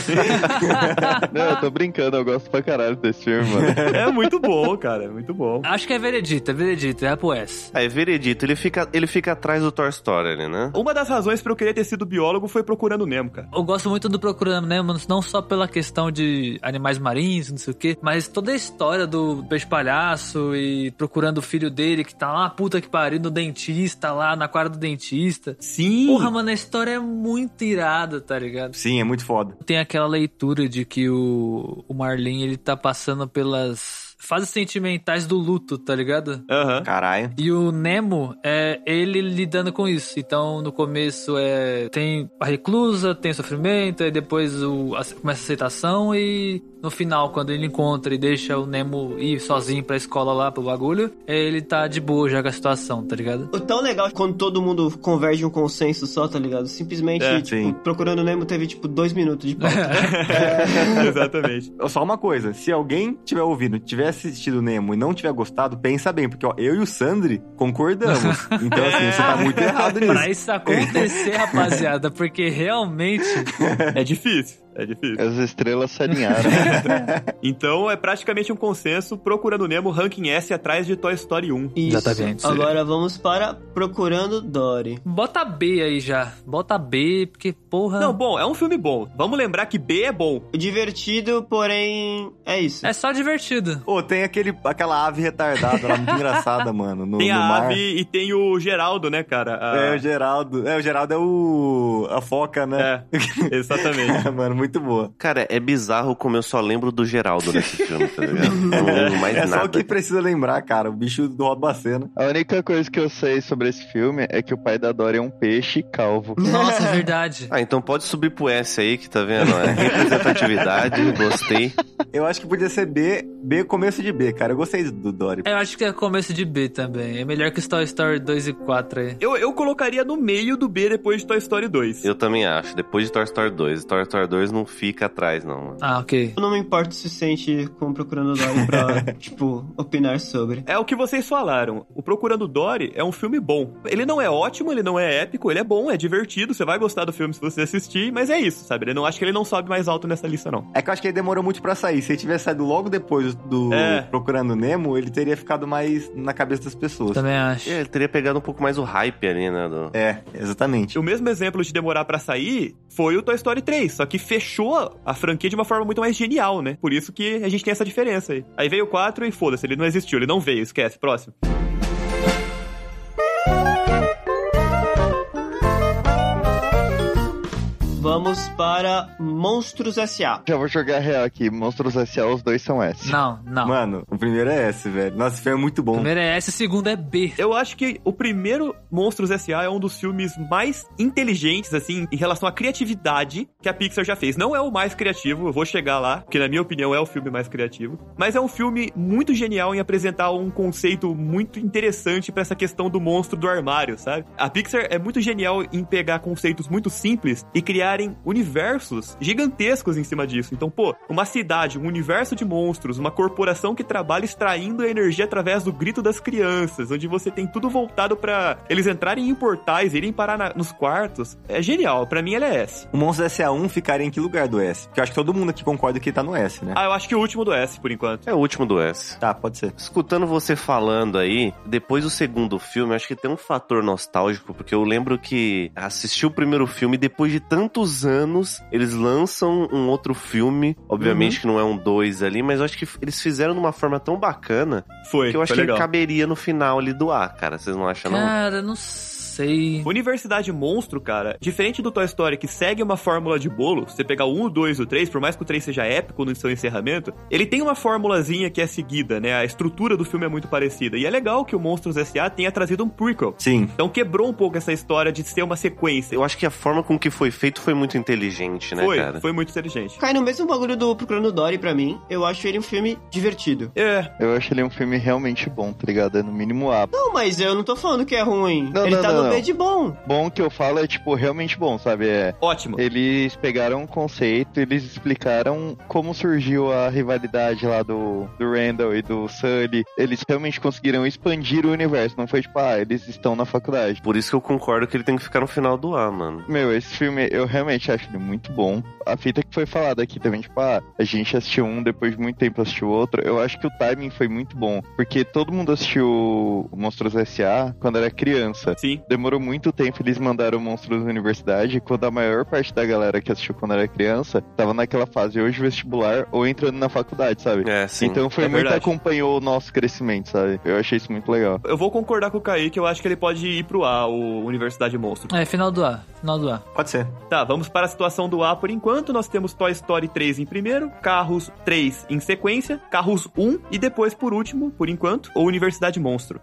C: Não, eu tô brincando, eu gosto pra caralho desse filme, mano.
B: É muito bom, cara. É muito bom.
G: Acho que é veredito, é veredito, é pro S.
F: Aí, veredito, ele fica, ele fica atrás do Toy Story ali, né?
B: Uma das razões pra eu querer ter sido biólogo foi procurando Nemo, cara.
G: Eu gosto muito do Procurando Nemo, não só pela questão de animais marinhos, não sei o quê, mas toda a história do peixe palhaço e procurando o filho dele que tá lá, puta que pariu, no dentista, lá na quadra do dentista.
B: Sim.
G: Porra, mano, a história é muito irada, tá ligado?
J: Sim, é muito foda.
G: Tem aquela leitura de que o, o Marlin, ele tá passando pelas fases sentimentais do luto, tá ligado?
B: Aham.
J: Caralho.
G: E o Nemo é ele lidando com isso. Então, no começo é tem a reclusa, tem sofrimento, aí depois o, a- começa a aceitação e no final, quando ele encontra e deixa o Nemo ir sozinho pra escola lá pro bagulho, ele tá de boa já com a situação, tá ligado?
E: O tão legal é quando todo mundo converge em um consenso só, tá ligado? Simplesmente,
B: É,
E: tipo,
J: sim.
E: procurando Nemo teve, tipo, dois minutos de pauta.
B: Exatamente.
J: Só uma coisa, se alguém tiver ouvindo, tiver assistido o Nemo e não tiver gostado, pensa bem, porque ó, eu e o Sandri concordamos. Então, assim, você tá muito errado
G: Pra
J: nisso.
G: isso acontecer, rapaziada, porque realmente
B: É difícil. É difícil.
C: As estrelas se alinharam.
B: Então é praticamente um consenso procurando Nemo ranking S atrás de Toy Story 1.
E: Isso.
G: Exatamente.
E: Agora vamos para Procurando Dory.
G: bota B aí já. Bota B, porque porra.
B: Não, bom, é um filme bom. Vamos lembrar que B é bom.
E: Divertido, porém, é isso.
G: é só divertido.
J: Ô, tem aquele, aquela ave retardada lá, muito engraçada, mano, no,
B: Tem
J: no
B: a
J: mar.
B: Ave e tem o Geraldo, né, cara? A-
J: É, o Geraldo. É, o Geraldo é o... a foca, né?
B: É, exatamente.
J: É, mano, muito boa.
F: Cara, é bizarro como eu só lembro do Geraldo nesse filme, tá ligado? Eu não lembro mais
J: é
F: nada.
J: só o que precisa lembrar, cara. O bicho rouba a cena.
C: A única coisa que eu sei sobre esse filme é que o pai da Dory é um peixe calvo.
G: Nossa, é verdade.
F: Ah, então pode subir pro S aí, que tá vendo? É representatividade, gostei.
J: Eu acho que podia ser B, B começo de B, cara. Eu gostei do Dory.
G: Eu acho que é começo de B também. É melhor que o Toy Story 2 e 4 aí.
B: Eu, eu colocaria no meio do B depois de Toy Story 2.
F: Eu também acho. Depois de Toy Story 2, Toy Story 2 não fica atrás, não, mano.
G: Ah, ok.
E: Eu não me importo o suficiente com Procurando Dory pra, tipo, opinar sobre.
B: É o que vocês falaram. O Procurando Dory é um filme bom. Ele não é ótimo, ele não é épico, ele é bom, é divertido, você vai gostar do filme se você assistir, mas é isso, sabe? Ele não acho que ele não sobe mais alto nessa lista, não.
J: É que eu acho que ele demorou muito pra sair. Se ele tivesse saído logo depois do
B: É.
J: Procurando Nemo, ele teria ficado mais na cabeça das pessoas.
G: Também acho.
F: É, Ele teria pegado um pouco mais o hype ali, né? do-
J: É, exatamente.
B: O mesmo exemplo de demorar pra sair foi o Toy Story 3, só que fechou a franquia de uma forma muito mais genial, né? Por isso que a gente tem essa diferença aí. Aí veio o 4 e foda-se, ele não existiu, ele não veio, esquece, próximo.
E: Vamos para Monstros S.A.
C: Já vou jogar real aqui. Monstros S.A. os dois são S.
G: Não, não.
J: Mano, o primeiro é esse, velho. Nossa, esse filme é muito bom.
G: Primeiro é S, o segundo é B.
B: Eu acho que o primeiro Monstros S.A. é um dos filmes mais inteligentes, assim, em relação à criatividade que a Pixar já fez. Não é o mais criativo, eu vou chegar lá, porque na minha opinião é o filme mais criativo. Mas é um filme muito genial em apresentar um conceito muito interessante pra essa questão do monstro do armário, sabe? A Pixar é muito genial em pegar conceitos muito simples e criarem universos gigantescos em cima disso. Então, pô, uma cidade, um universo de monstros, uma corporação que trabalha extraindo a energia através do grito das crianças, onde você tem tudo voltado pra eles entrarem em portais, irem parar na- nos quartos. É genial, pra mim ela é S.
J: O Monstro SA1 ficaria em que lugar do S? Porque eu acho que todo mundo aqui concorda que tá no S, né?
B: Ah, eu acho que o último do S, por enquanto.
F: É o último do S.
J: Tá, pode ser.
F: Escutando você falando aí, depois do segundo filme, acho que tem um fator nostálgico, porque eu lembro que assisti o primeiro filme e depois de tantos anos, eles lançam um outro filme. Obviamente
B: Uhum.
F: que não é um dois ali, mas eu acho que eles fizeram de uma forma tão bacana
B: Foi,
F: que eu acho
B: foi
F: que
B: legal.
J: Tá
F: caberia no final ali do A, cara. Vocês não acham, não?
G: Cara, não sei. sei.
B: Universidade Monstro, cara, diferente do Toy Story que segue uma fórmula de bolo, você pegar o 1, o 2, o 3, por mais que o 3 seja épico no seu encerramento, ele tem uma formulazinha que é seguida, né? A estrutura do filme é muito parecida. E é legal que o Monstros S.A. tenha trazido um prequel.
J: Sim.
B: Então quebrou um pouco essa história de ser uma sequência.
F: Eu acho que a forma com que foi feito foi muito inteligente, né,
B: foi,
F: cara?
B: foi muito inteligente.
E: Cai no mesmo bagulho do Procurando Dory pra mim. Eu acho ele um filme divertido.
B: É,
C: Eu acho ele um filme realmente bom, tá ligado? É no mínimo A.
E: Não, mas eu não tô falando que é ruim.
C: Não,
E: ele
C: não,
E: tá
C: não, não.
E: no B de bom.
C: Bom que eu falo é, tipo, realmente bom, sabe? É,
B: ótimo.
C: eles pegaram um conceito, eles explicaram como surgiu a rivalidade lá do, do Randall e do Sully. Eles realmente conseguiram expandir o universo, não foi tipo, ah, eles estão na faculdade.
F: Por isso que eu concordo que ele tem que ficar no final do A, mano.
C: Meu, esse filme eu realmente acho ele muito bom. A fita que foi falada aqui também, tipo, ah, a gente assistiu um, depois de muito tempo assistiu outro. Eu acho que o timing foi muito bom. Porque todo mundo assistiu Monstros S.A. quando era criança.
B: Sim.
C: Demorou muito tempo, eles mandaram Monstros na Universidade, quando a maior parte da galera que assistiu quando era criança tava naquela fase ou de vestibular ou entrando na faculdade, sabe?
F: É, sim.
C: então foi
B: é
C: muito
B: verdade.
C: acompanhou o nosso crescimento, sabe? Eu achei isso muito legal.
B: Eu vou concordar com o Kaique, eu acho que ele pode ir pro A, o Universidade Monstro.
G: É, final do A. Final do A.
J: Pode ser.
B: Tá, vamos para a situação do A por enquanto. Nós temos Toy Story 3 em primeiro, Carros 3 em sequência, Carros 1 e depois, por último, por enquanto, o Universidade Monstro.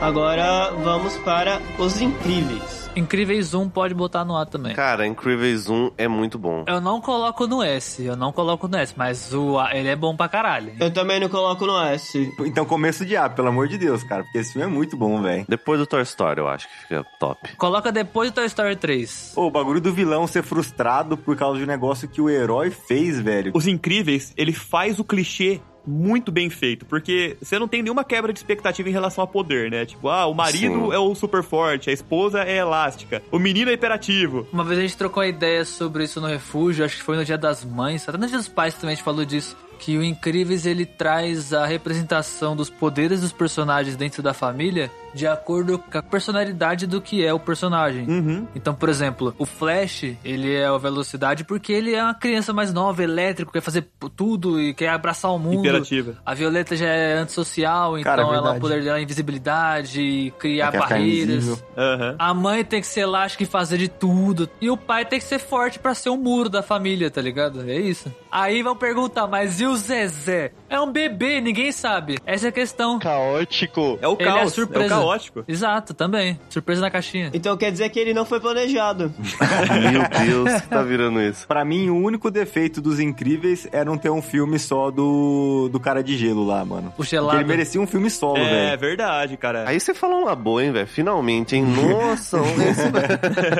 E: Agora vamos para Os Incríveis.
G: Incríveis 1 pode botar no A também.
F: Cara, Incríveis 1 é muito bom.
G: Eu não coloco no S, eu não coloco no S, mas o A, ele é bom pra caralho.
E: Eu também não coloco no S.
J: Então começo de A, pelo amor de Deus, cara. Porque esse filme é muito bom, velho.
F: Depois do Toy Story, eu acho que fica top.
G: Coloca depois do Toy Story 3.
J: Ô, o bagulho do vilão ser frustrado por causa de um negócio que o herói fez, velho.
B: Os Incríveis, ele faz o clichê muito bem feito, porque você não tem nenhuma quebra de expectativa em relação a poder, né? Tipo, ah, o marido
F: Sim.
B: é o super forte, a esposa é elástica, o menino é hiperativo.
G: Uma vez a gente trocou ideia sobre isso no refúgio, acho que foi no Dia das Mães, até no Dia dos Pais também a gente falou disso. Que o Incríveis ele traz a representação dos poderes dos personagens dentro da família de acordo com a personalidade do que é o personagem.
B: Uhum.
G: Então, por exemplo, o Flash, ele é a velocidade porque ele é uma criança mais nova, elétrico, quer fazer p- tudo e quer abraçar o mundo.
B: Imperativa.
G: A Violeta já é antissocial, então
J: Cara, é
G: ela, o
J: verdade.
G: poder dela é invisibilidade, criar
J: Ela quer ficar invisível.
G: barreiras.
B: Aham.
G: A mãe tem que ser elástica e fazer de tudo. E o pai tem que ser forte pra ser o muro da família, tá ligado? É isso. Aí vão perguntar, mas e o Zezé? É um bebê, ninguém sabe. Essa é a questão.
C: Caótico.
B: É o
G: Ele é
B: caos, é, o
G: surpresa.
B: caótico.
G: Exato, também. Surpresa na caixinha.
E: Então quer dizer que ele não foi planejado.
F: Meu Deus, que tá virando isso.
J: Pra mim, o único defeito dos Incríveis era não ter um filme só do, do cara de gelo lá, mano.
G: O
J: Porque
G: gelado.
J: ele merecia um filme solo,
B: É
J: velho.
B: verdade, cara.
F: Aí você falou uma boa, hein, velho? Finalmente, hein? Nossa, um esse...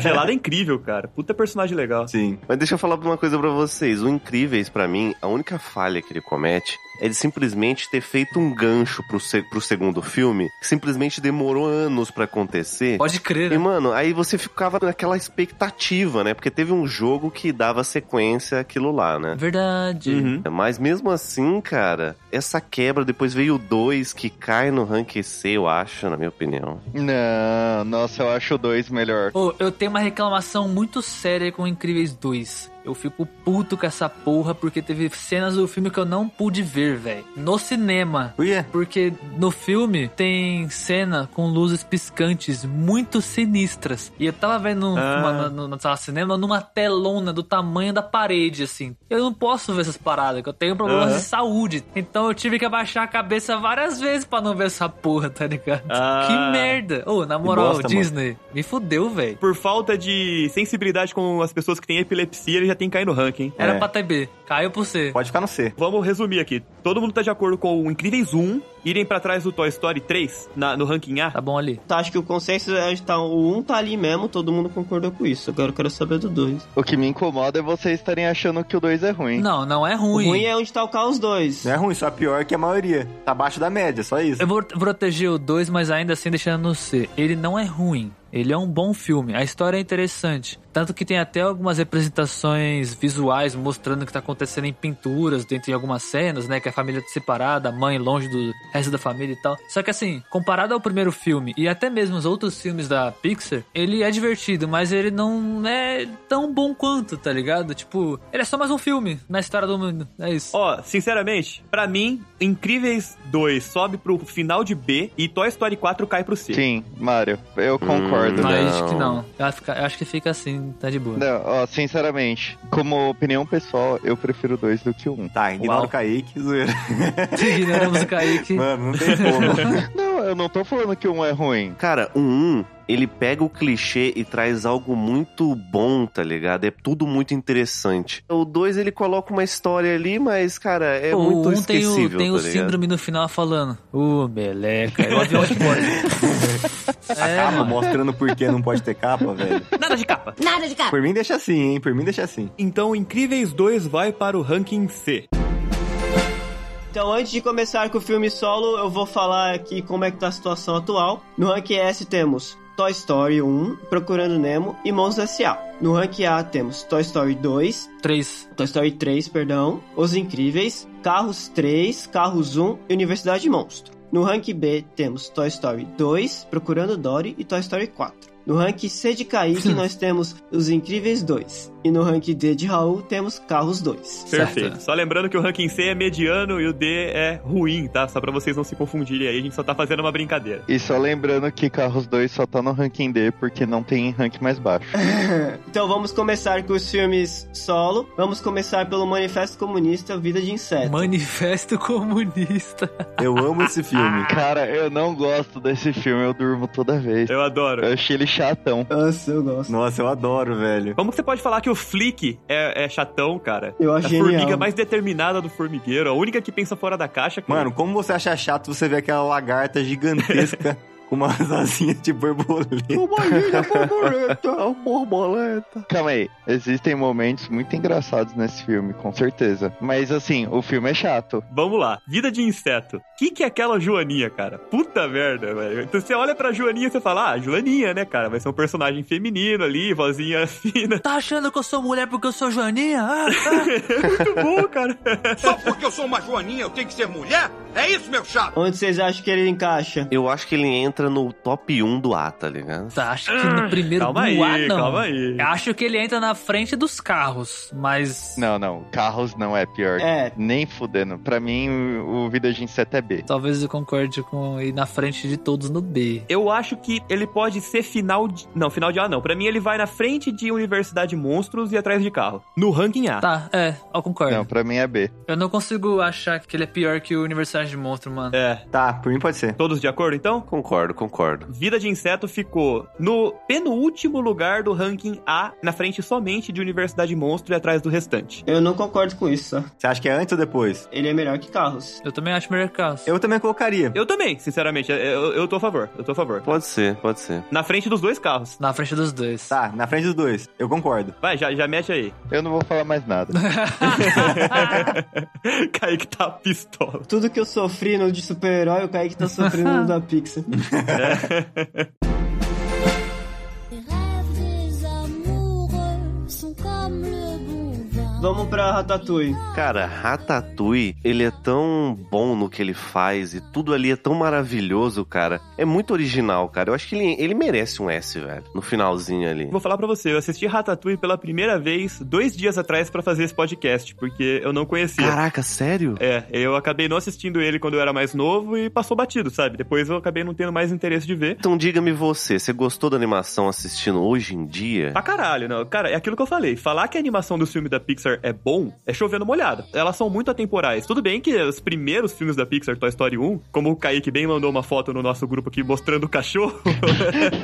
B: Gelada é incrível, cara. Puta personagem legal.
J: Sim.
F: Mas deixa eu falar uma coisa pra vocês. O Incríveis, pra mim, a única falha que ele comete é de simplesmente ter feito um gancho pro, se- pro segundo filme, que simplesmente demorou anos pra acontecer.
G: Pode crer.
F: E,
G: né?
F: mano, aí você ficava naquela expectativa, né? Porque teve um jogo que dava sequência àquilo lá, né?
G: Verdade.
B: Uhum.
F: Mas mesmo assim, cara, essa quebra, depois veio o 2 que cai no rank C, eu acho, na minha opinião.
C: Não, nossa, eu acho o dois melhor.
G: Ô, eu tenho uma reclamação muito séria com Incríveis 2. Eu fico puto com essa porra porque teve cenas do filme que eu não pude ver, velho. No cinema.
J: Ué,
G: Porque no filme tem cena com luzes piscantes muito sinistras. E eu tava vendo
B: Ah.
G: uma- na- no- na sala de cinema numa telona do tamanho da parede, assim. Eu não posso ver essas paradas, que eu tenho problemas
B: Aham.
G: de saúde. Então eu tive que abaixar a cabeça várias vezes pra não ver essa porra, tá ligado?
B: Ah.
G: Que merda! Ô, na moral,
J: bosta, mano.
G: Disney, me fudeu, velho.
B: Por falta de sensibilidade com as pessoas que têm epilepsia, ele já tem que cair no ranking. hein?
G: Era
J: É.
G: pra TB, caiu pro C.
J: pode ficar no C.
B: Vamos resumir aqui. Todo mundo tá de acordo com o Incríveis 1 irem pra trás do Toy Story 3 na- no ranking A?
G: Tá bom ali.
E: Tá, acho que o consenso é que tá, o 1 tá ali mesmo, todo mundo concordou com isso. Agora eu quero saber do 2.
C: O que me incomoda é vocês estarem achando que o 2 é ruim.
G: Não, não é
E: O
G: ruim.
E: ruim é onde tá o Caos 2.
J: Não é ruim, só pior que a maioria. Tá abaixo da média, só isso.
G: Eu vou proteger o 2, mas ainda assim deixando no C. Ele não é ruim. Ele é um bom filme. A história é interessante. Tanto que tem até algumas representações visuais mostrando o que tá acontecendo em pinturas dentro de algumas cenas, né? Que a família tá separada, a mãe longe do, resto da família e tal. Só que assim, comparado ao primeiro filme e até mesmo os outros filmes da Pixar, ele é divertido, mas ele não é tão bom quanto, tá ligado? Tipo, ele é só mais um filme na história do mundo. É isso.
B: Ó, sinceramente, pra mim, Incríveis 2 sobe pro final de B e Toy Story 4 cai pro C.
C: Sim, Mário, eu concordo.
G: Hum, Mas acho que não. Eu acho que- eu acho que fica assim, tá de boa.
C: Não, ó, sinceramente, como opinião pessoal, eu prefiro dois do que um.
J: Tá, ignora
G: Uau.
J: o Kaique, zoeira.
G: Ignoramos o Kaique.
J: Mano, não tem como.
C: Não, eu não tô falando que um é ruim.
F: Cara, o 1, ele pega o clichê e traz algo muito bom, tá ligado? É tudo muito interessante. O 2, ele coloca uma história ali, mas, cara, é
G: Pô,
F: muito
G: um tem o,
F: esquecível,
G: tem o
F: tá ligado?
G: síndrome no final falando. Uh, meleca. É o avião que pode. é,
J: Capa,
G: mano.
J: mostrando por que não pode ter capa, velho.
B: Nada de capa.
K: Nada de cara.
J: Por mim deixa assim, hein? Por mim deixa assim.
B: Então, Incríveis 2 vai para o ranking C.
E: Então, antes de começar com o filme solo, eu vou falar aqui como é que tá a situação atual. No Rank S temos Toy Story 1, Procurando Nemo e Mãos S.A. No Rank A temos Toy Story 2,
G: Três.
E: Toy Story 3, perdão, Os Incríveis, Carros 3, Carros 1 e Universidade Monstro. No Rank B temos Toy Story 2, Procurando Dory e Toy Story 4. No Rank C de Kaique nós temos Os Incríveis 2. E no Rank D de Raul temos Carros 2.
G: Certo.
B: Perfeito. Só lembrando que o ranking C é mediano e o D é ruim, tá? Só pra vocês não se confundirem aí, a gente só tá fazendo uma brincadeira.
C: E só lembrando que Carros 2 só tá no ranking D porque não tem rank mais baixo.
E: Então vamos começar com os filmes solo. Vamos começar pelo Manifesto Comunista Vida de
G: É,
E: Inseto.
G: Manifesto comunista.
J: Eu amo esse filme.
C: Cara, eu não gosto desse filme, eu durmo toda vez.
B: Eu adoro.
C: Eu achei ele chatão.
E: Nossa, eu gosto.
J: Nossa, eu adoro, velho.
B: Como que você pode falar que o Flick é, é chatão, cara?
E: Eu acho
B: a
E: genial.
B: É formiga mais determinada do formigueiro, a única que pensa fora da caixa. cara.
J: Mano, como você acha chato você ver aquela lagarta gigantesca com umas asinhas de borboleta?
C: Uma ilha borboleta, uma borboleta. Calma aí, existem momentos muito engraçados nesse filme, com certeza. Mas assim, o filme é chato.
B: Vamos lá. Vida de inseto. Que que é aquela Joaninha, cara? Puta merda, velho. Então você olha pra Joaninha e você fala, ah, Joaninha, né, cara? Vai ser um personagem feminino ali, vozinha fina.
G: Tá achando que eu sou mulher porque eu sou Joaninha? Ah, ah.
B: Muito bom, cara.
L: Só porque eu sou uma joaninha, eu tenho que ser mulher? É isso, meu chato?
E: Onde vocês acham que ele encaixa?
F: Eu acho que ele entra no top 1 do A, tá ligado?
G: Tá, acho que no primeiro
B: Calma
G: do A,
B: aí,
G: não.
B: calma aí.
G: Eu Acho que ele entra na frente dos carros, mas...
C: Não, não, Carros não é pior.
E: É.
C: Nem fudendo. Pra mim, o, o Vida de Inseto é B.
G: Talvez eu concorde com ir na frente de todos no B.
B: Eu acho que ele pode ser final de. Não, final de A não. Pra mim, ele vai na frente de Universidade Monstros e atrás de carro. No ranking A.
G: Tá, é, eu concordo.
C: Não, pra mim é B.
G: Eu não consigo achar que ele é pior que o Universidade de Monstro, mano.
B: É.
J: Tá, por mim pode ser.
B: Todos de acordo, então?
F: Concordo, concordo.
B: Vida de Inseto ficou no penúltimo lugar do ranking A, na frente somente de Universidade Monstro e atrás do restante.
E: Eu não concordo com isso. tá?
J: Você acha que é antes ou depois?
E: Ele é melhor que carros.
G: Eu também acho melhor que carros.
J: Eu também colocaria.
B: Eu também, sinceramente, eu, eu tô a favor, eu tô a favor.
F: Pode ser, pode ser.
B: Na frente dos dois carros.
G: Na frente dos dois.
J: Tá, na frente dos dois. Eu concordo.
B: Vai, já, já mete aí.
C: Eu não vou falar mais nada.
B: Kaique tá pistola.
E: Tudo que eu sofri no de super-herói, o Kaique tá sofrendo no da Pixar.
K: Les rêves des amoureux sont comme le bon vin.
E: Vamos pra Ratatouille.
F: Cara, Ratatouille, ele é tão bom no que ele faz e tudo ali é tão maravilhoso, cara. É muito original, cara. Eu acho que ele, ele merece um S, velho, no finalzinho ali.
B: Vou falar pra você, eu assisti Ratatouille pela primeira vez dois dias atrás pra fazer esse podcast, porque eu não conhecia.
F: Caraca, sério?
B: É, eu acabei não assistindo ele quando eu era mais novo e passou batido, sabe? Depois eu acabei não tendo mais interesse de ver.
F: Então diga-me você, você gostou da animação assistindo hoje em dia?
B: Pra caralho, não. Cara, é aquilo que eu falei. Falar que a animação do filme da Pixar é bom é chovendo molhada. Elas são muito atemporais. Tudo bem que os primeiros filmes da Pixar, Toy Story 1, como o Kaique bem mandou uma foto no nosso grupo aqui mostrando o cachorro,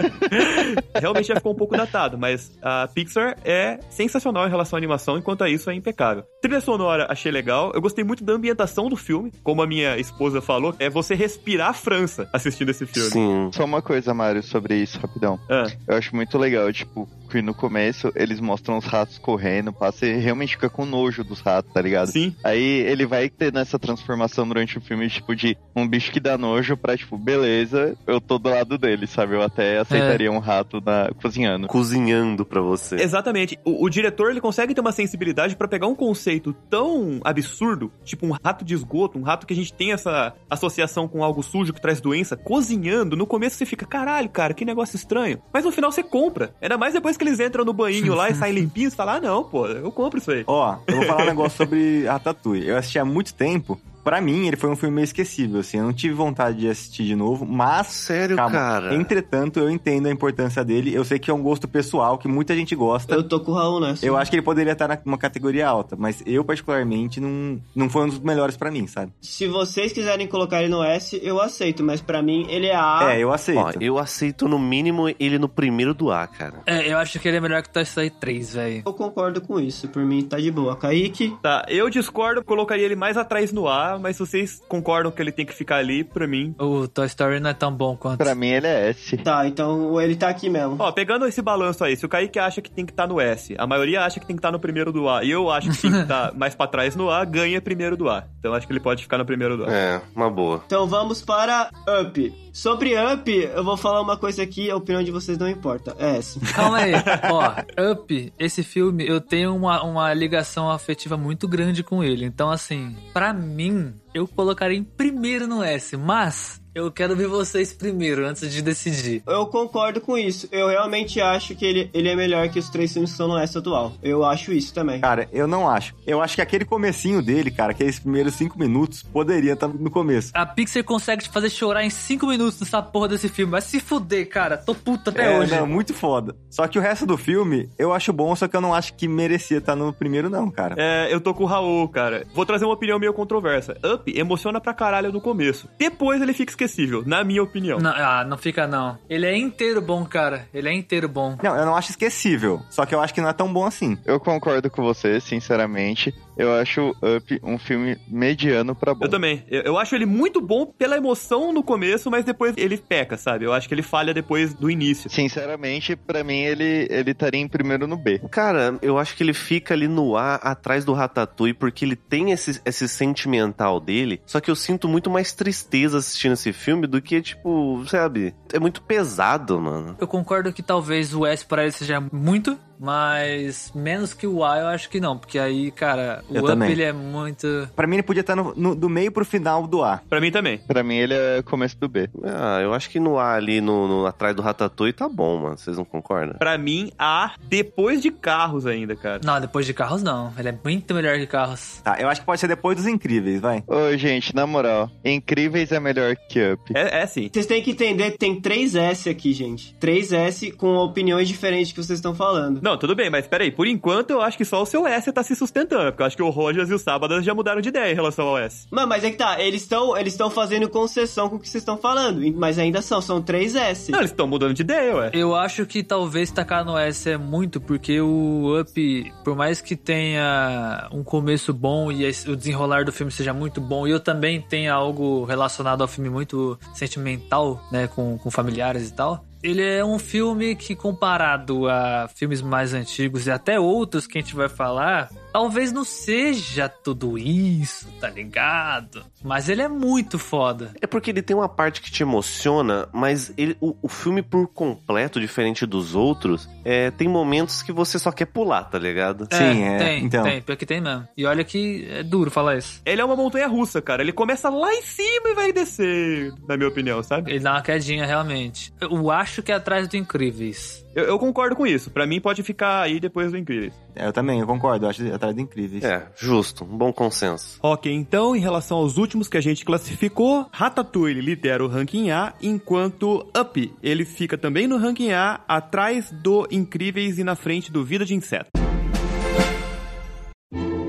B: realmente já ficou um pouco datado, mas a Pixar é sensacional em relação à animação, enquanto a isso é impecável. Trilha sonora achei legal. Eu gostei muito da ambientação do filme, como a minha esposa falou, é você respirar a França assistindo esse filme.
F: Sim.
C: Só uma coisa, Mário, sobre isso, rapidão.
B: Ah.
C: Eu acho muito legal, tipo, que no começo eles mostram os ratos correndo, passa e realmente gente fica com nojo dos ratos, tá ligado?
B: Sim.
C: Aí ele vai ter nessa transformação durante o filme, tipo, de um bicho que dá nojo pra, tipo, beleza, eu tô do lado dele, sabe? Eu até
B: É.
C: aceitaria um rato na... cozinhando.
F: Cozinhando pra você.
B: Exatamente. O, o diretor ele consegue ter uma sensibilidade pra pegar um conceito tão absurdo, tipo um rato de esgoto, um rato que a gente tem essa associação com algo sujo que traz doença, cozinhando. No começo você fica, caralho, cara, que negócio estranho. Mas no final você compra. Ainda mais depois que eles entram no banhinho lá e saem limpinhos, você fala, ah, não, pô, eu compro isso aí.
J: Ó, eu vou falar um negócio sobre Ratatouille. Eu assisti há muito tempo. Pra mim, ele foi um filme meio esquecível, assim. Eu não tive vontade de assistir de novo, mas
F: Sério,
L: É.
J: Calma. É
F: cara?
J: Entretanto, eu entendo a importância dele. Eu sei que é um gosto pessoal, que muita gente gosta.
E: Eu tô com o Raul nessa.
J: Eu acho que ele poderia estar numa categoria alta, mas eu, particularmente, não, não foi um dos melhores pra mim, sabe?
E: Se vocês quiserem colocar ele no S, eu aceito, mas pra mim ele é A.
J: É, eu aceito.
F: Ó, eu aceito no mínimo ele no primeiro do A, cara.
G: É, eu acho que ele é melhor que Toy Story 3, velho.
E: Eu concordo com isso, por mim tá de boa. Kaique,
B: Tá, eu discordo, colocaria ele mais atrás no A, mas se vocês concordam que ele tem que ficar ali, pra mim.
G: O Toy Story não é tão bom quanto.
C: Pra mim, ele é S.
E: tá, então ele tá aqui mesmo.
B: Ó, pegando esse balanço aí, se o Kaique acha que tem que estar no S, a maioria acha que tem que estar no primeiro do A, e eu acho que tem que estar mais pra trás no A, ganha primeiro do A. Então acho que ele pode ficar no primeiro do A.
F: É, uma boa.
E: Então vamos para Up. Sobre Up, eu vou falar uma coisa aqui, a opinião de vocês não importa. É S.
G: Calma aí. Ó, Up, esse filme, eu tenho uma, uma ligação afetiva muito grande com ele. Então, assim, pra mim, eu colocaria em primeiro no S, mas eu quero ver vocês primeiro, antes de decidir.
E: Eu concordo com isso. Eu realmente acho que ele, ele é melhor que os três filmes que estão no S atual. Eu acho isso também.
J: Cara, eu não acho. Eu acho que aquele comecinho dele, cara, aqueles primeiros cinco minutos, poderia estar no começo.
G: A Pixar consegue te fazer chorar em 5 minutos nessa porra desse filme. Vai se fuder, cara. Tô puto até
J: É,
G: hoje.
J: não, muito foda. Só que o resto do filme, eu acho bom, só que eu não acho que merecia estar no primeiro, não, cara.
B: É, eu tô com o Raul, cara. Vou trazer uma opinião meio controversa. Up emociona pra caralho no começo. Depois ele fica esquecível, na minha opinião.
G: Não, ah, não fica não. Ele é inteiro bom, cara. Ele é inteiro bom.
J: Não, eu não acho esquecível. Só que eu acho que não é tão bom assim.
C: Eu concordo com você, sinceramente. Eu acho Up um filme mediano pra bom.
B: Eu também. Eu, eu acho ele muito bom pela emoção no começo, mas depois ele peca, sabe? Eu acho que ele falha depois do início.
C: Sinceramente, pra mim, ele, ele estaria em primeiro no B.
F: Cara, eu acho que ele fica ali no A, atrás do Ratatouille, porque ele tem esse, esse sentimental dele. Só que eu sinto muito mais tristeza assistindo esse filme do que, tipo, sabe? É muito pesado, mano.
G: Eu concordo que talvez o S para ele seja muito, mas menos que o A eu acho que não. Porque aí, cara, o
J: Eu
G: Up
J: também.
G: ele é muito...
J: Pra mim, ele podia estar no- no- do meio pro final do A.
B: Pra mim também.
C: Pra mim, ele é começo do B.
F: Ah, eu acho que no A ali, no, no- atrás do Ratatouille, tá bom, mano. Vocês não concordam?
B: Pra mim, A depois de carros ainda, cara.
G: Não, depois de Carros não. Ele é muito melhor que Carros.
J: Tá, eu acho que pode ser depois dos incríveis, vai.
C: Ô, gente, na moral, Incríveis é melhor que Up.
B: É, é sim.
E: Vocês têm que entender que tem três S aqui, gente. Três S com opiniões diferentes que vocês estão falando.
B: Não, tudo bem, mas peraí, por enquanto eu acho que só o seu S tá se sustentando, porque eu acho que o Rogers e o Sábadas já mudaram de ideia em relação ao S.
E: Mano, mas é que tá, eles estão eles tão fazendo concessão com o que vocês estão falando, mas ainda são, são três S.
B: Não, eles estão mudando de ideia, ué.
G: Eu acho que talvez tacar no S é muito, porque o Up, por mais que tenha um começo bom e esse- o desenrolar do filme seja muito bom, e eu também tenha algo relacionado ao filme muito sentimental, né, com, com familiares e tal. Ele é um filme que, comparado a filmes mais antigos e até outros que a gente vai falar, talvez não seja tudo isso, tá ligado? Mas ele é muito foda.
F: É porque ele tem uma parte que te emociona, mas ele- o, o filme por completo, diferente dos outros, é, tem momentos que você só quer pular, tá ligado?
J: Sim, é,
G: Tem,
J: então.
G: tem, pior que tem mesmo. E olha que é duro falar isso.
B: Ele é uma montanha russa, cara. Ele começa lá em cima e vai descer, na minha opinião, sabe?
G: Ele dá uma quedinha, realmente. Eu acho que é atrás do Incríveis.
B: Eu, eu concordo com isso. Pra mim, pode ficar aí depois do Incríveis.
J: É, Eu também, eu concordo, eu acho atrás dos incríveis.
F: É, justo, um bom consenso.
B: Ok, então, em relação aos últimos que a gente classificou, Ratatouille lidera o ranking A, enquanto Up, ele fica também no ranking A, atrás do Incríveis e na frente do Vida de Inseto.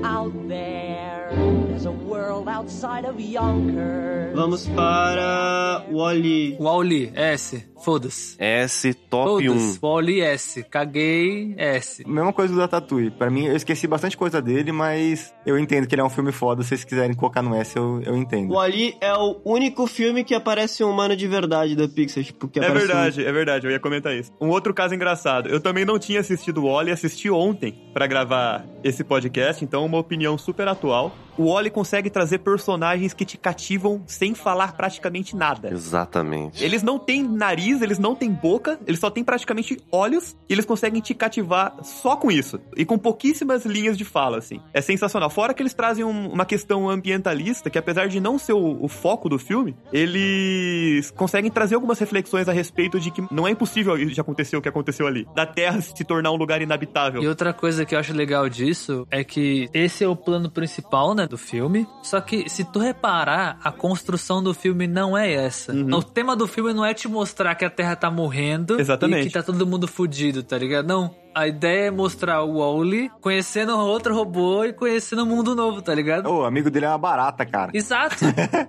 M: Out there, there's a world outside of Yonkers.
E: Vamos para Wally.
G: O Auli, S. Foda-se.
F: S top 1.
G: Poli S. Caguei S.
J: Mesma coisa do Ratatouille. Pra mim, eu esqueci bastante coisa dele, mas eu entendo que ele é um filme foda. Se vocês quiserem colocar no S, eu, eu entendo.
E: O Ali é o único filme que aparece um humano de verdade da Pixar, tipo, que
B: É
E: aparece um-
B: verdade, é verdade, eu ia comentar isso. Um outro caso engraçado, eu também não tinha assistido o Wally, assisti ontem pra gravar esse podcast, então uma opinião super atual. O Wally consegue trazer personagens que te cativam sem falar praticamente nada.
F: Exatamente.
B: Eles não têm nariz, eles não têm boca, eles só têm praticamente olhos e eles conseguem te cativar só com isso. E com pouquíssimas linhas de fala, assim. É sensacional. Fora que eles trazem um- uma questão ambientalista, que apesar de não ser o, o foco do filme, eles conseguem trazer algumas reflexões a respeito de que não é impossível de acontecer o que aconteceu ali. Da Terra se tornar um lugar inabitável.
G: E outra coisa que eu acho legal disso é que esse é o plano principal, né, do filme. Só que se tu reparar, a construção do filme não é essa. O tema do filme não é te mostrar que a Terra tá morrendo
B: Exatamente.
G: e que tá todo mundo fudido, tá ligado? Não. A ideia é mostrar o Wally conhecendo outro robô e conhecendo um mundo novo, tá ligado?
J: O amigo dele é uma barata, cara.
G: Exato.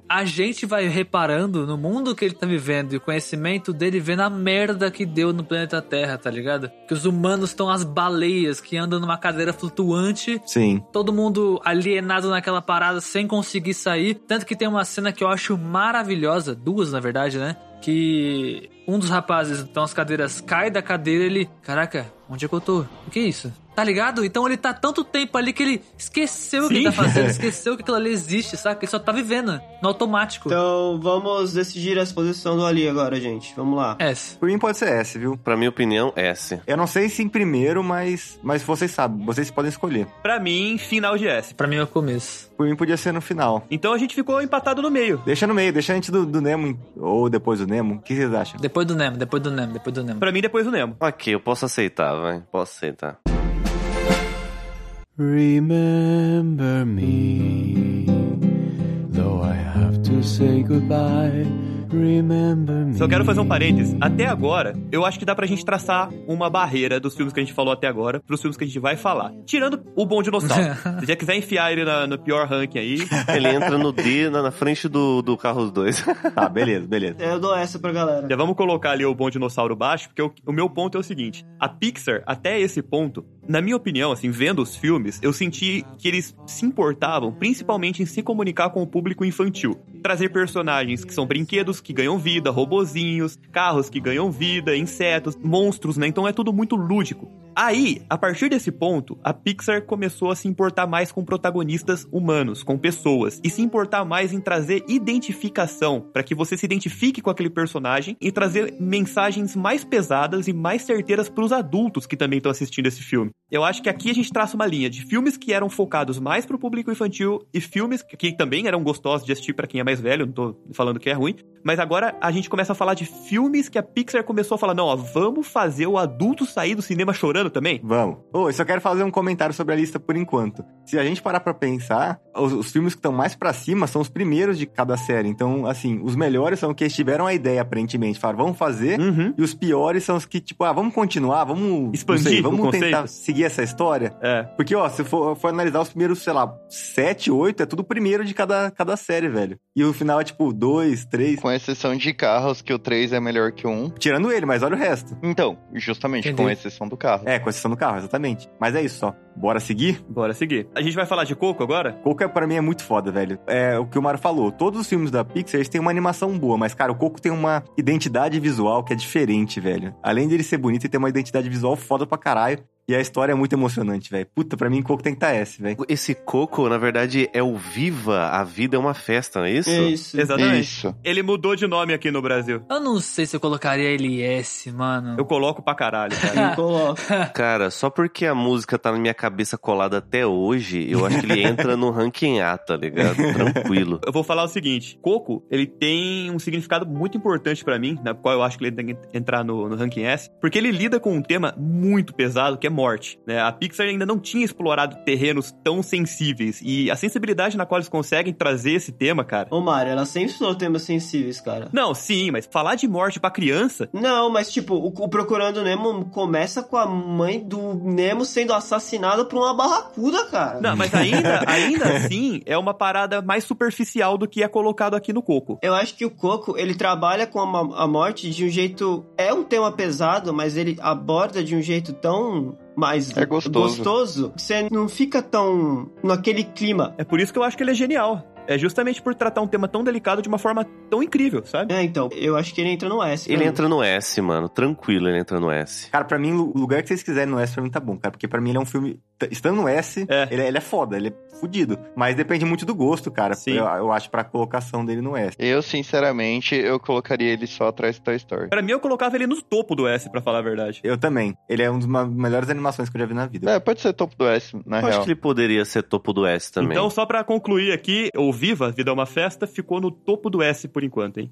G: A gente vai reparando no mundo que ele tá vivendo e o conhecimento dele vendo a merda que deu no planeta Terra, tá ligado? Que os humanos estão as baleias que andam numa cadeira flutuante.
J: Sim.
G: Todo mundo alienado naquela parada sem conseguir sair. Tanto que tem uma cena que eu acho maravilhosa, duas na verdade, né? Que um dos rapazes, então as cadeiras, cai da cadeira e ele. Caraca, onde é que eu tô? O que é isso? Tá ligado? Então ele tá tanto tempo ali que ele esqueceu o que
B: Sim.
G: ele tá fazendo, esqueceu que aquilo ali existe, saca? Ele só tá vivendo, no automático.
E: Então vamos decidir a exposição do Ali agora, gente. Vamos lá.
G: S.
J: Por mim pode ser S, viu?
F: Pra minha opinião, S.
J: Eu não sei se em primeiro, mas, mas vocês sabem, vocês podem escolher.
B: Pra mim, final de S.
G: Pra mim é o começo.
J: Por mim podia ser no final.
B: Então a gente ficou empatado no meio.
J: Deixa no meio, deixa antes do, do Nemo, em- ou depois do Nemo. O que vocês acham?
G: Depois do Nemo, depois do Nemo, depois do Nemo.
B: Pra mim, depois o Nemo.
F: Ok, eu posso aceitar, vai. Posso aceitar.
A: Remember me, though I have to say goodbye. Remember me.
B: Só quero fazer um parênteses. Até agora, eu acho que dá pra gente traçar uma barreira dos filmes que a gente falou até agora pros filmes que a gente vai falar. Tirando o Bom Dinossauro. Se já quiser enfiar ele na- no pior ranking aí,
F: Ele entra no D na, na frente do, do Carros 2.
J: Tá, beleza, beleza.
E: Eu dou essa pra galera.
B: já vamos colocar ali o Bom Dinossauro baixo, porque o, o meu ponto é o seguinte. A Pixar, até esse ponto, na minha opinião, assim, vendo os filmes, eu senti que eles se importavam principalmente em se comunicar com o público infantil. Trazer personagens que são brinquedos que ganham vida, robozinhos, carros que ganham vida, insetos, monstros, né? Então é tudo muito lúdico. Aí, a partir desse ponto, a Pixar começou a se importar mais com protagonistas humanos, com pessoas, e se importar mais em trazer identificação, para que você se identifique com aquele personagem e trazer mensagens mais pesadas e mais certeiras para os adultos que também estão assistindo esse filme. Eu acho que aqui a gente traça uma linha de filmes que eram focados mais pro público infantil e filmes que- que também eram gostosos de assistir para quem é mais velho, não tô falando que é ruim, mas agora a gente começa a falar de filmes que a Pixar começou a falar, não, ó, vamos fazer o adulto sair do cinema chorando também?
J: Vamos. Ô, eu só quero fazer um comentário sobre a lista por enquanto. Se a gente parar pra pensar, os, os filmes que estão mais pra cima são os primeiros de cada série. Então, assim, os melhores são os que eles tiveram a ideia, aparentemente. Falaram, vamos fazer.
B: Uhum.
J: E os piores são os que, tipo, ah, vamos continuar, vamos... não
B: Expandir
J: sei,
B: o
J: Vamos
B: conceito.
J: tentar seguir essa história.
B: É.
J: Porque, ó, se for, for analisar os primeiros, sei lá, sete, oito, é tudo primeiro de cada, cada série, velho. E o final é, tipo, dois, três...
C: Com exceção de carros, que o 3 é melhor que o 1.
J: Tirando ele, mas olha o resto.
C: Então, justamente
G: Entendi.
C: com exceção do carro.
J: É, com exceção do carro, exatamente. Mas é isso, só. Bora seguir?
B: Bora seguir. A gente vai falar de Coco agora?
J: Coco, é, pra mim, é muito foda, velho. É o que o Mario falou. Todos os filmes da Pixar, eles têm uma animação boa, mas, cara, o Coco tem uma identidade visual que é diferente, velho. Além dele ser bonito, ele tem uma identidade visual foda pra caralho. E a história é muito emocionante, velho. Puta, pra mim, Coco tem que tá S, velho.
F: Esse coco, na verdade, é o Viva, a vida é uma festa, não é isso?
E: É isso.
B: Exatamente.
C: Isso.
B: Ele mudou de nome aqui no Brasil.
G: Eu não sei se eu colocaria ele S, mano.
B: Eu coloco pra caralho, cara.
E: Eu coloco.
F: Cara, só porque a música tá na minha cabeça colada até hoje, eu acho que ele entra no ranking A, tá ligado? Tranquilo.
B: Eu vou falar o seguinte, Coco, ele tem um significado muito importante pra mim, na qual eu acho que ele tem que entrar no, no ranking S, porque ele lida com um tema muito pesado, que é morte. né? A Pixar ainda não tinha explorado terrenos tão sensíveis e a sensibilidade na qual eles conseguem trazer esse tema, cara.
E: Ô, Mário, ela sempre usou temas sensíveis, cara.
B: Não, sim, mas falar de morte pra criança.
E: Não, mas tipo, o, o Procurando Nemo começa com a mãe do Nemo sendo assassinada por uma barracuda, cara.
B: Não, mas ainda, ainda assim é uma parada mais superficial do que é colocado aqui no Coco.
E: Eu acho que o Coco, ele trabalha com a, ma- a morte de um jeito... É um tema pesado, mas ele aborda de um jeito tão... Mais
C: É gostoso.
E: gostoso, que você não fica tão naquele clima.
B: É por isso que eu acho que ele é genial. É justamente por tratar um tema tão delicado de uma forma tão incrível, sabe?
E: É, então, eu acho que ele entra no S. pra
F: Ele
E: mim.
F: entra no S, mano. Tranquilo, ele entra no S.
J: Cara, pra mim, o lugar que vocês quiserem no S, pra mim tá bom, cara. Porque pra mim ele é um filme. t- Estando no S,
B: É.
J: Ele, ele é foda, ele é fudido. Mas depende muito do gosto, cara.
B: Sim.
J: Eu, eu acho pra colocação dele no S.
C: Eu, sinceramente, eu colocaria ele só atrás do Toy Story.
B: Pra mim, eu colocava ele no topo do S, pra falar a verdade.
J: Eu também. Ele é uma das ma- melhores animações que eu já vi na vida.
C: É, pode ser topo do S, na
F: Eu
C: real.
F: acho que ele poderia ser topo do S também.
B: Então, só pra concluir aqui, o Viva, Vida é uma Festa, ficou no topo do S por enquanto, hein?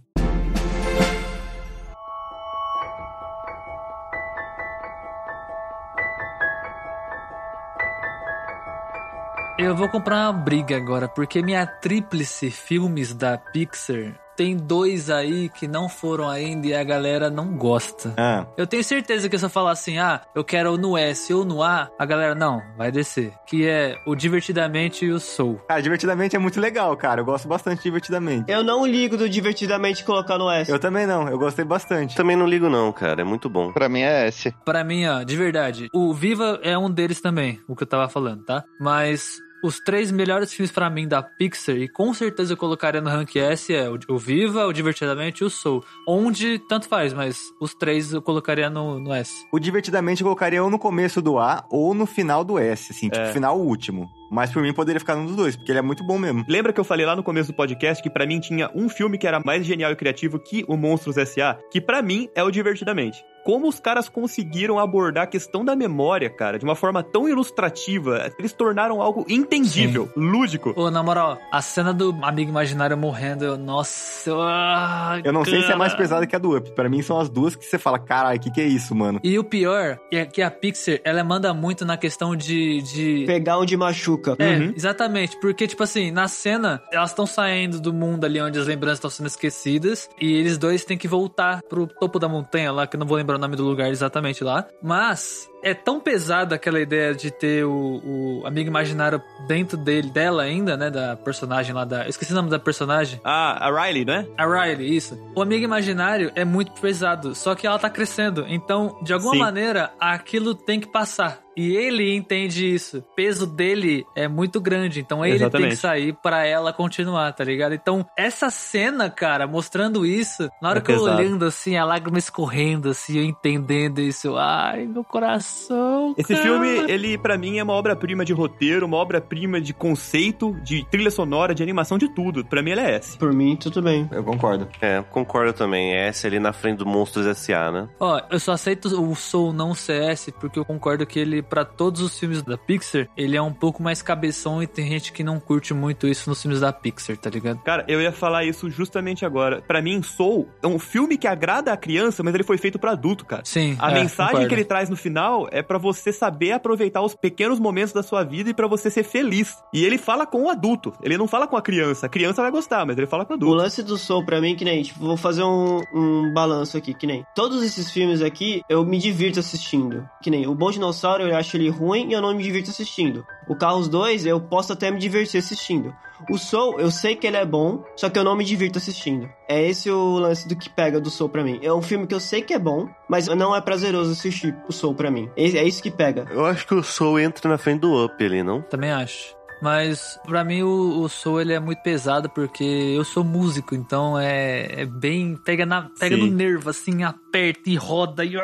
G: Eu vou comprar uma briga agora, porque minha tríplice filmes da Pixar tem dois aí que não foram ainda e a galera não
B: É.
G: gosta.
J: Ah,
G: Eu tenho certeza que se eu falar assim, ah, eu quero ou no S ou no A, a galera, não, vai descer. Que é o Divertidamente e o Soul.
J: cara, divertidamente é muito legal, cara. Eu gosto bastante de divertidamente.
E: Eu não ligo do divertidamente colocar no S.
J: Eu também não, eu gostei bastante.
F: Também não ligo não, cara. É muito bom.
C: Pra mim é S.
G: Pra mim, ó, de verdade, o Viva é um deles também, o que eu tava falando, tá? Mas os três melhores filmes pra mim da Pixar, e com certeza eu colocaria no Rank S, é o o Viva, o Divertidamente e o Soul. Onde, tanto faz, mas os três eu colocaria no, no S.
J: O divertidamente eu colocaria ou no começo do A ou no final do S, assim, tipo,
B: É.
J: final último. Mas por mim poderia ficar num dos dois, porque ele é muito bom mesmo.
B: Lembra que eu falei lá no começo do podcast que pra mim tinha um filme que era mais genial e criativo que o Monstros S.A., que pra mim é o Divertidamente. Como os caras conseguiram abordar a questão da memória, cara, de uma forma tão ilustrativa, eles tornaram algo entendível, lúdico.
G: Ô, na moral, a cena do amigo imaginário morrendo, eu, nossa. ah,
J: Eu não sei se é
G: cara.
J: mais pesado que a do Up. Pra mim são as duas que você fala, caralho, o que, que é isso, mano?
G: E o pior é que a Pixar, ela manda muito na questão de. de...
E: Pegar onde machuca. Uhum.
G: É, exatamente, porque, tipo assim, na cena, elas estão saindo do mundo ali onde as lembranças estão sendo esquecidas, e eles dois têm que voltar pro topo da montanha lá, que eu não vou lembrar o nome do lugar exatamente lá. Mas é tão pesada aquela ideia de ter o, o amigo imaginário dentro dele, dela ainda, né? Da personagem lá da. Eu esqueci o nome da personagem.
B: Ah, a Riley, né?
G: A Riley, isso. O amigo imaginário é muito pesado, só que ela tá crescendo. Então, de alguma
B: Sim.
G: maneira, aquilo tem que passar. E ele entende isso. O peso dele é muito grande, então ele tem
B: Exatamente.
G: que sair pra ela continuar, tá ligado? Então, essa cena, cara, mostrando isso, na hora
B: É
G: que eu
B: pesado.
G: olhando assim, a lágrima escorrendo, assim, eu entendendo isso, eu, ai, meu coração.
B: Esse
G: cara."
B: filme, ele pra mim é uma obra-prima de roteiro, uma obra-prima de conceito, de trilha sonora, de animação, de tudo. Pra mim ele é S.
E: Por mim, tudo bem.
J: Eu concordo.
F: É, concordo também. É S ali na frente do Monstros S.A., né?
G: Ó, eu só aceito o Soul não CS porque eu concordo que ele, pra todos os filmes da Pixar, ele é um pouco mais cabeção e tem gente que não curte muito isso nos filmes da Pixar, tá ligado?
B: Cara, eu ia falar isso justamente agora. Pra mim, Soul é um filme que agrada a criança, mas ele foi feito pra adulto, cara.
G: Sim.
B: A
G: é,
B: mensagem
G: concordo.
B: que ele traz no final é pra você saber aproveitar os pequenos momentos da sua vida e pra você ser feliz. E ele fala com o adulto, ele não fala com a criança. A criança vai gostar, mas ele fala com o
E: O
B: adulto.
E: lance do Soul, pra mim, que nem, tipo, vou fazer um, um balanço aqui, que nem. Todos esses filmes aqui, eu me divirto assistindo. Que nem, o Bom Dinossauro, eu acho ele ruim e eu não me divirto assistindo. O Carros 2, eu posso até me divertir assistindo. O Soul, eu sei que ele é bom, só que eu não me divirto assistindo. É esse o lance do que pega do Soul pra mim. É um filme que eu sei que é bom, mas não é prazeroso assistir o Soul pra mim. É é isso que pega.
F: Eu acho que o Soul entra na frente do Up ali, não?
G: Também acho. Mas pra mim o, o Soul ele é muito pesado porque eu sou músico, então é, é bem. Pega, na, pega
B: Sim.
G: no nervo, assim, aperta e roda e.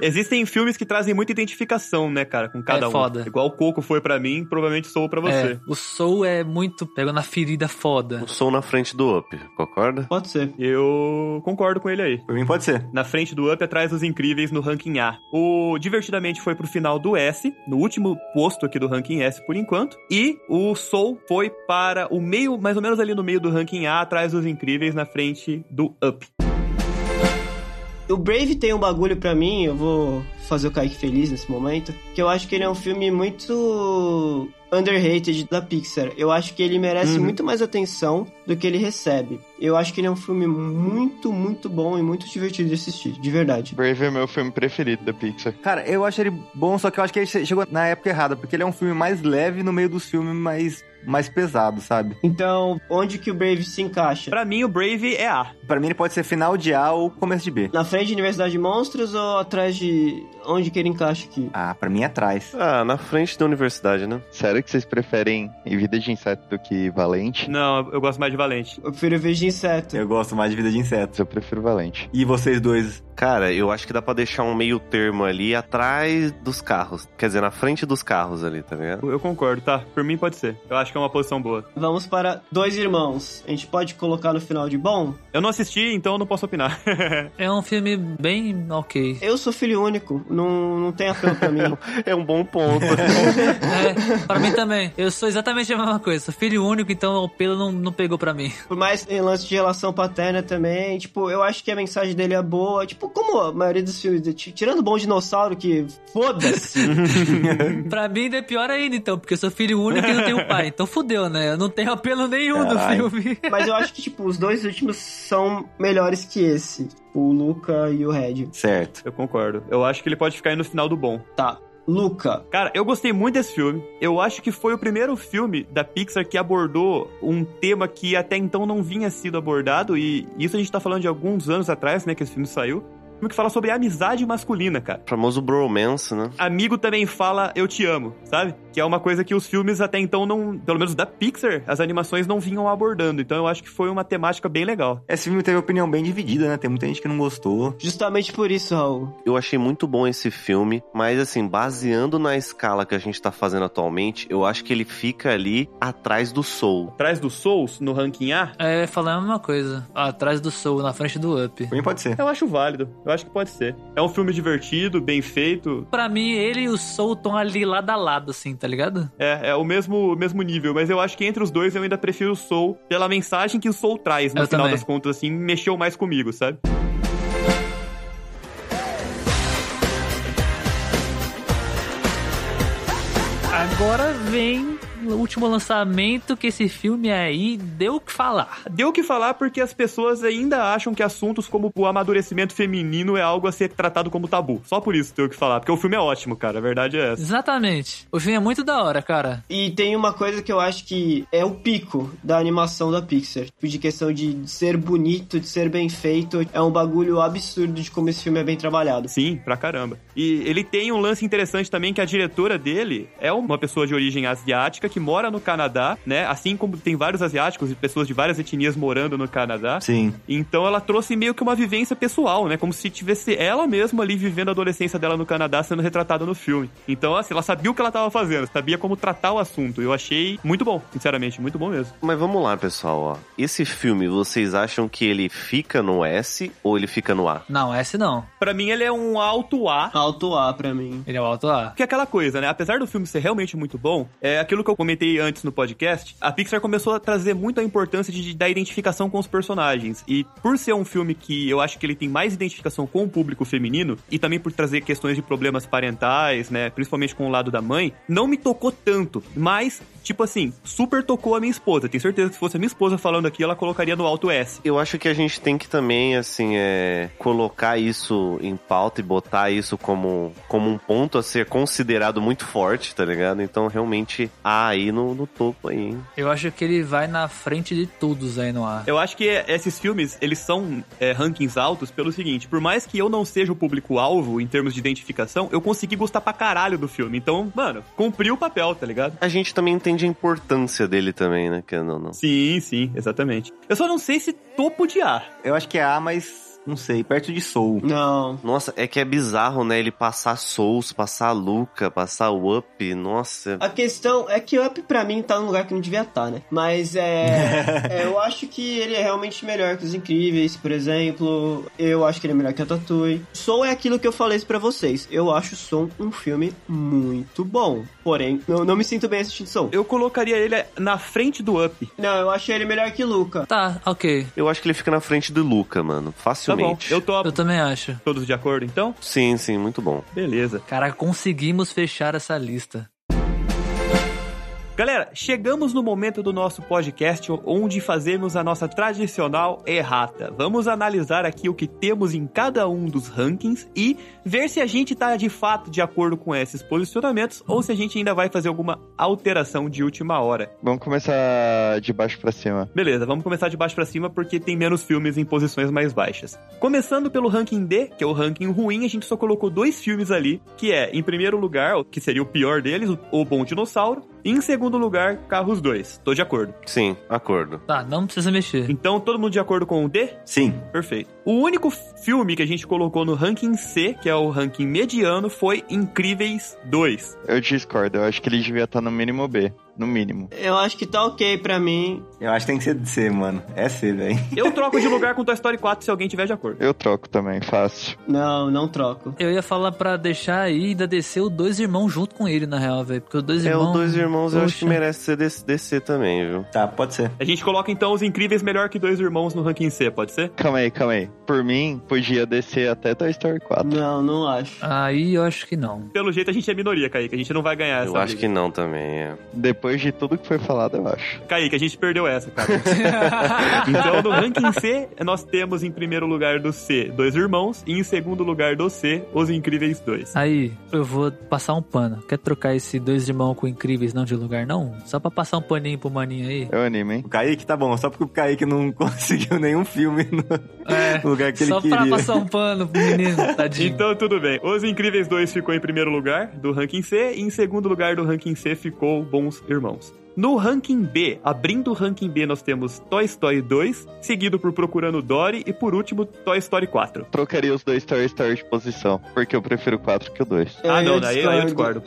B: Existem filmes que trazem muita identificação, né, cara, com cada
G: É
B: um.
G: foda.
B: Igual o Coco foi pra mim, provavelmente Soul pra você.
G: É, o Soul é muito. Pega na ferida foda.
F: O Soul na frente do Up, concorda?
E: Pode ser.
B: Eu concordo com ele aí.
J: Por mim pode ser.
B: Na frente do Up, atrás dos Incríveis no ranking A. O Divertidamente foi pro final do S, no último posto aqui do ranking S por enquanto. E o Soul foi para o meio, mais ou menos ali no meio do ranking A, atrás dos Incríveis, na frente do Up.
E: O Brave tem um bagulho pra mim, eu vou fazer o Kaique feliz nesse momento, que eu acho que ele é um filme muito underrated da Pixar. Eu acho que ele merece
N: Uhum.
E: muito mais atenção do que ele recebe. Eu acho que ele é um filme muito, muito bom e muito divertido de assistir, de verdade.
C: Brave é meu filme preferido da Pixar.
J: Cara, eu acho ele bom, só que eu acho que ele che- chegou na época errada, porque ele é um filme mais leve no meio dos filmes mais, mais pesados, sabe?
E: Então, onde que o Brave se encaixa?
B: Pra mim, o Brave é A.
J: Pra mim, ele pode ser final de A ou começo de B.
E: Na frente de Universidade de Monstros ou atrás de. Onde que ele encaixa aqui?
J: Ah, pra mim é atrás.
F: Ah, na frente da universidade, né?
C: Sério que vocês preferem Em Vida de Inseto do que Valente?
B: Não, eu gosto mais de Valente.
E: Eu prefiro Veja de Inseto.
J: Eu gosto mais de Vida de Inseto.
C: Eu prefiro Valente.
J: E vocês dois?
F: Cara, eu acho que dá pra deixar um meio termo ali atrás dos carros. Quer dizer, na frente dos carros ali, tá ligado?
B: Eu concordo, tá? Por mim pode ser. Eu acho que é uma posição boa.
E: Vamos para Dois Irmãos. A gente pode colocar no final de bom?
B: Eu não assisti, então eu não posso opinar.
G: É um filme bem ok.
E: Eu sou filho único, não, não tem apelo pra mim.
F: é um bom ponto.
G: É, pra mim também. Eu sou exatamente a mesma coisa. Sou filho único, então o pelo não, não pegou pra mim.
E: Por mais em lance de relação paterna também, tipo, eu acho que a mensagem dele é boa. Tipo, como a maioria dos filmes, t- tirando o Bom Dinossauro, que foda-se.
G: Pra mim ainda é pior ainda, então, porque eu sou filho único e não tenho pai. Então fudeu, né? Eu não tenho apelo nenhum
E: Caralho.
G: do filme.
E: Mas eu acho que, tipo, os dois últimos são melhores que esse. Tipo, O Luca e o Red.
J: Certo.
B: Eu concordo. Eu acho que ele pode ficar aí no final do bom.
E: Tá. Luca.
B: Cara, eu gostei muito desse filme. Eu acho que foi o primeiro filme da Pixar que abordou um tema que até então não vinha sido abordado. E isso a gente tá falando de alguns anos atrás, né? Que esse filme saiu. Um filme que fala sobre a amizade masculina, cara.
F: famoso bromance, né?
B: Amigo também fala eu te amo, sabe? Que é uma coisa que os filmes até então não. Pelo menos da Pixar, as animações não vinham abordando. Então eu acho que foi uma temática bem legal.
J: Esse filme teve opinião bem dividida, né? Tem muita gente que não gostou.
E: Justamente por isso, Raul.
F: Eu achei muito bom esse filme, mas assim, baseando na escala que a gente tá fazendo atualmente, eu acho que ele fica ali atrás do Soul.
B: Atrás do Souls, no ranking A,
G: É, falar a mesma coisa. Atrás do Soul, na frente do Up.
J: Pra mim pode ser.
B: eu acho válido. Eu acho que pode ser. É um filme divertido, bem feito.
G: Pra mim, ele e o Soul estão ali lado a lado, assim, tá ligado?
B: É, é o mesmo, o mesmo nível, mas eu acho que entre os dois eu ainda prefiro o Soul pela mensagem que o Soul traz, no
G: Eu
B: final
G: também.
B: das contas, assim, mexeu mais comigo, sabe?
G: Agora vem o último lançamento que esse filme aí deu o que falar.
B: Deu o que falar porque as pessoas ainda acham que assuntos como o amadurecimento feminino é algo a ser tratado como tabu. Só por isso deu o que falar, porque o filme é ótimo, cara, a verdade é essa.
G: Exatamente. O filme é muito da hora, cara.
E: E tem uma coisa que eu acho que é o pico da animação da Pixar. Tipo, de questão de ser bonito, de ser bem feito. É um bagulho absurdo de como esse filme é bem trabalhado.
B: Sim, pra caramba. E ele tem um lance interessante também que a diretora dele é uma pessoa de origem asiática que mora no Canadá, né? Assim como tem vários asiáticos e pessoas de várias etnias morando no Canadá.
J: Sim.
B: Então ela trouxe meio que uma vivência pessoal, né? Como se tivesse ela mesma ali vivendo a adolescência dela no Canadá sendo retratada no filme. Então, assim, ela sabia o que ela tava fazendo, sabia como tratar o assunto. Eu achei muito bom, sinceramente, muito bom mesmo.
F: Mas vamos lá, pessoal, ó. Esse filme, vocês acham que ele fica no S ou ele fica no A?
G: Não, esse não.
B: Pra mim, ele é um alto A.
E: Alto A pra mim.
G: Ele é o alto A.
B: Porque é aquela coisa, né? Apesar do filme ser realmente muito bom, é aquilo que eu comentei antes no podcast, a Pixar começou a trazer muito a importância de, da identificação com os personagens. E por ser um filme que eu acho que ele tem mais identificação com o público feminino, e também por trazer questões de problemas parentais, né? Principalmente com o lado da mãe, não me tocou tanto. Mas, tipo assim, super tocou a minha esposa. Tenho certeza que se fosse a minha esposa falando aqui, ela colocaria no alto S.
F: Eu acho que a gente tem que também, assim, é, colocar isso em pauta e botar isso como, como um ponto a ser considerado muito forte, tá ligado? Então, realmente, A aí no, no topo aí, hein?
G: Eu acho que ele vai na frente de todos aí no A.
B: Eu acho que esses filmes, eles são é, rankings altos pelo seguinte, por mais que eu não seja o público-alvo em termos de identificação, eu consegui gostar pra caralho do filme. Então, mano, cumpriu o papel, tá ligado?
F: A gente também entende a importância dele também, né? Que não, não.
B: Sim, sim, exatamente. Eu só não sei se topo de ar.
J: Eu acho que é A, mas não sei, perto de Soul.
E: Não.
F: Nossa, é que é bizarro, né? Ele passar Souls, passar Luca, passar o Up, nossa.
E: A questão é que o Up pra mim tá num lugar que não devia estar, né? Mas é, é, Eu acho que ele é realmente melhor que os Incríveis, por exemplo. Eu acho que ele é melhor que a Tatooine. Soul é aquilo que eu falei pra vocês. Eu acho Som um filme muito bom. Porém, não, não me sinto bem assistindo Soul.
B: Eu colocaria ele na frente do Up. Tá
E: Não, eu acho ele melhor que Luca.
G: Tá, ok.
F: Eu acho que ele fica na frente do Luca, mano.
B: Tá
F: Exatamente.
B: bom, eu topo.
G: Eu também acho.
B: Todos de acordo, então?
F: Sim, sim, muito bom.
B: Beleza.
G: Caraca, conseguimos fechar essa lista.
B: Galera, chegamos no momento do nosso podcast onde fazemos a nossa tradicional errata. Vamos analisar aqui o que temos em cada um dos rankings e ver se a gente está de fato de acordo com esses posicionamentos ou se a gente ainda vai fazer alguma alteração de última hora.
C: Vamos começar de baixo pra cima.
B: Beleza, vamos começar de baixo pra cima porque tem menos filmes em posições mais baixas. Começando pelo ranking D, que é o ranking ruim, a gente só colocou dois filmes ali, que é, em primeiro lugar, o que seria o pior deles, o- O Bom Dinossauro, e em segundo lugar, Carros 2. Tô de acordo.
F: Sim, acordo.
G: Tá, não precisa mexer.
B: Então, todo mundo de acordo com o D?
J: Sim.
B: Perfeito. O único filme que a gente colocou no ranking C, que é o ranking mediano, foi Incríveis 2.
C: Eu discordo, eu acho que ele devia estar no mínimo B. No mínimo.
E: Eu acho que tá ok pra mim.
J: Eu acho que tem que ser de C, mano. É C, velho.
B: Eu troco de lugar com Toy Story 4 se alguém tiver de acordo.
C: Eu troco também, fácil.
E: Não, não troco.
G: Eu ia falar pra deixar aí e ainda descer o Dois Irmãos junto com ele, na real, velho. Porque o Dois
F: É,
G: Irmãos...
F: o Dois Irmãos eu acho que
G: Poxa.
F: merece ser DC, também, viu?
J: Tá, pode ser.
B: A gente coloca então os incríveis melhor que dois irmãos no ranking C, pode ser?
C: Calma aí, calma aí. Por mim, podia descer até Toy Story 4.
E: Não, não acho.
G: Aí eu acho que não.
B: Pelo jeito a gente é minoria, Kaique. A gente não vai ganhar essa.
F: eu acho que não também, é.
C: Depois de tudo que foi falado, eu acho.
B: que. Kaique, a gente perdeu essa, cara. então, no ranking C, nós temos em primeiro lugar do C, Dois Irmãos, e em segundo lugar do C, Os Incríveis 2.
G: Aí, eu vou passar um pano. Quer trocar esse Dois Irmãos com Incríveis não de lugar, não? Só pra passar um paninho pro maninho aí.
C: Eu animo, É hein?
J: O Kaique tá bom, só porque o Kaique não conseguiu nenhum filme no
G: É,
J: lugar que ele
G: só pra
J: queria.
G: passar um pano pro menino, tadinho.
B: Então, tudo bem. Os Incríveis 2 ficou em primeiro lugar do ranking C, e em segundo lugar do ranking C ficou Bons Irmãos. No ranking B, abrindo o ranking B, nós temos Toy Story 2, seguido por Procurando Dory e por último Toy Story 4.
C: Trocaria os dois Toy Story de posição, porque eu prefiro 4 que o 2.
B: Ah,
E: Eu-
B: não, daí aí eu discordo.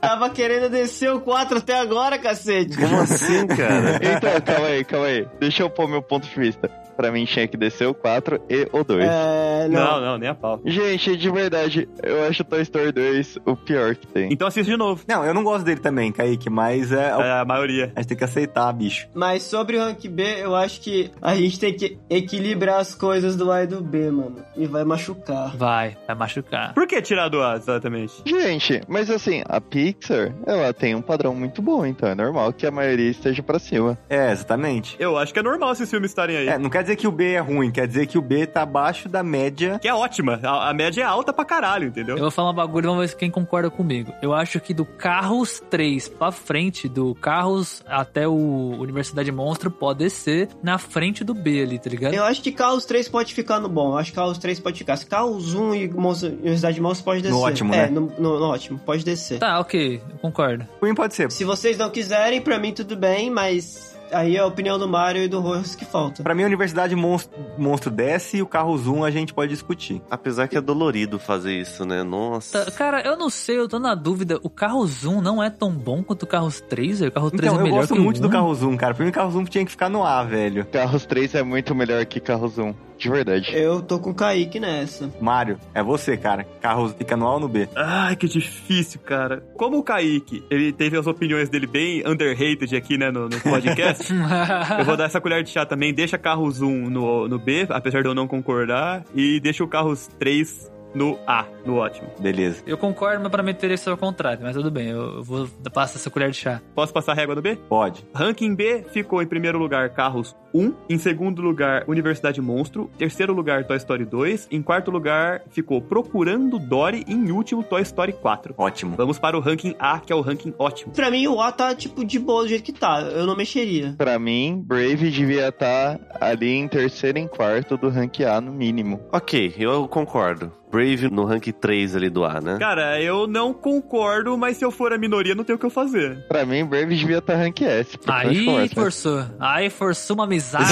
E: Tava querendo descer o 4 até agora, cacete.
F: Como assim, cara?
C: Então, calma aí, calma aí. Deixa eu pôr meu ponto de vista. Pra mim tinha que descer o 4 e o 2.
E: É,
B: Não,
E: não.
B: não, nem a pau.
C: Gente, de verdade, eu acho Toy Story 2 o pior que tem.
B: Então assiste de novo.
J: Não, eu não gosto dele também, Kaique, mas é.
B: É, a maioria.
J: A gente tem que aceitar, bicho.
E: Mas sobre o rank B, eu acho que a gente tem que equilibrar as coisas do A e do B, mano. E vai machucar.
G: Vai, vai machucar.
B: Por que tirar do A, exatamente?
C: Gente, mas assim, a Pixar, ela tem um padrão muito bom, então é normal que a maioria esteja pra cima.
J: É, exatamente.
B: Eu acho que é normal esses filmes estarem aí.
J: É, não quer dizer que o B é ruim, quer dizer que o B tá abaixo da média.
B: Que é ótima. A, a média é alta pra caralho, entendeu?
G: Eu vou falar um bagulho, vamos ver se quem concorda comigo. Eu acho que do Carros 3 pra frente, do Carros até o Universidade Monstro, pode ser na frente do B ali, tá ligado?
E: Eu acho que Carros 3 pode ficar no bom. Eu acho que Carros 3 pode ficar. Se Carros 1 e Monstro- Universidade de Monstros pode
J: No
E: descer.
J: ótimo,
E: é,
J: né?
E: no, no- no ótimo, pode descer.
G: Tá, ok, eu concordo.
J: Ruim pode ser.
E: Se vocês não quiserem, pra mim tudo bem, mas aí é a opinião do Mario e do Rojas que falta.
J: Pra mim, a Universidade Monstro, Monstro desce e o carro Zoom a gente pode discutir.
F: Apesar que é dolorido fazer isso, né? Nossa.
G: Tá, cara, eu não sei, eu tô na dúvida. O Carros 1 não é tão bom quanto o Carros 3? velho? O Carros 3
J: Então,
G: é
J: eu
G: melhor
J: gosto
G: que o
J: muito do
G: 1?
J: carro Zoom, cara. Pra mim, o carro Zoom tinha que ficar no A, velho.
C: Carros 3 é muito melhor que Carros 1, de verdade.
E: Eu tô com o Kaique nessa.
J: Mário, é você, cara. Carro fica no A ou no B?
B: Ai, que difícil, cara. Como o Kaique, ele teve as opiniões dele bem underrated aqui, né, no, no podcast. Eu vou dar essa colher de chá também. Deixa Carros 1 no, no B, apesar de eu não concordar. E deixa o Carros 3 no A, no ótimo.
J: Beleza.
G: Eu concordo, mas pra mim teria que ser ao contrário. Mas tudo bem, eu eu vou passar essa colher de chá.
B: Posso passar a régua no B?
J: Pode.
B: Ranking B ficou em primeiro lugar Carros 1, em segundo lugar Universidade Monstro, terceiro lugar Toy Story 2, em quarto lugar ficou Procurando Dory e em último Toy Story 4.
J: Ótimo.
B: Vamos para o ranking A, que é o ranking ótimo.
E: Pra mim, o A tá, tipo, de boa do jeito que tá. Eu não mexeria.
C: Pra mim, Brave devia estar ali em terceiro e em quarto do rank A no mínimo.
F: Ok, eu concordo. Brave no rank 3 ali do A, né?
B: Cara, eu não concordo, mas se eu for a minoria, não tem o que eu fazer.
C: Pra mim, Brave devia estar rank S. por favor de
G: Aí
C: conversa, né?
G: forçou. Aí forçou uma amizade.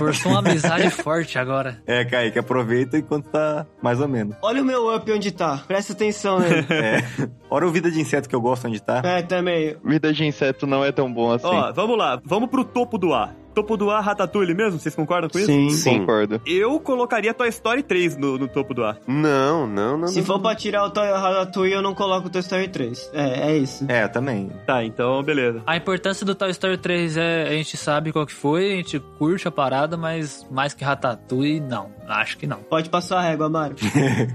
G: forçou uma amizade forte agora.
J: É, Kaique, aproveita enquanto tá mais ou menos.
E: Olha o meu up onde tá. Presta atenção nele.
J: É. Ora o Vida de Inseto que eu gosto onde tá.
E: é, também.
C: Vida de inseto não é tão bom assim.
B: Ó, vamos lá, vamos pro topo do A. Topo do A, Ratatouille mesmo? Vocês concordam com isso?
E: Sim. Sim.
C: Concordo.
B: Eu colocaria Toy Story 3 no, no topo do A.
F: Não, não, não.
E: Se
F: não.
E: for pra tirar o Toy Ratatouille, eu não coloco o Toy Story 3. É, é isso.
J: É, eu também.
B: Tá, então beleza.
G: A importância do Toy Story 3 é a gente sabe qual que foi, a gente curte a parada, mas mais que Ratatouille, não. Acho que não.
E: Pode passar a régua, Mário.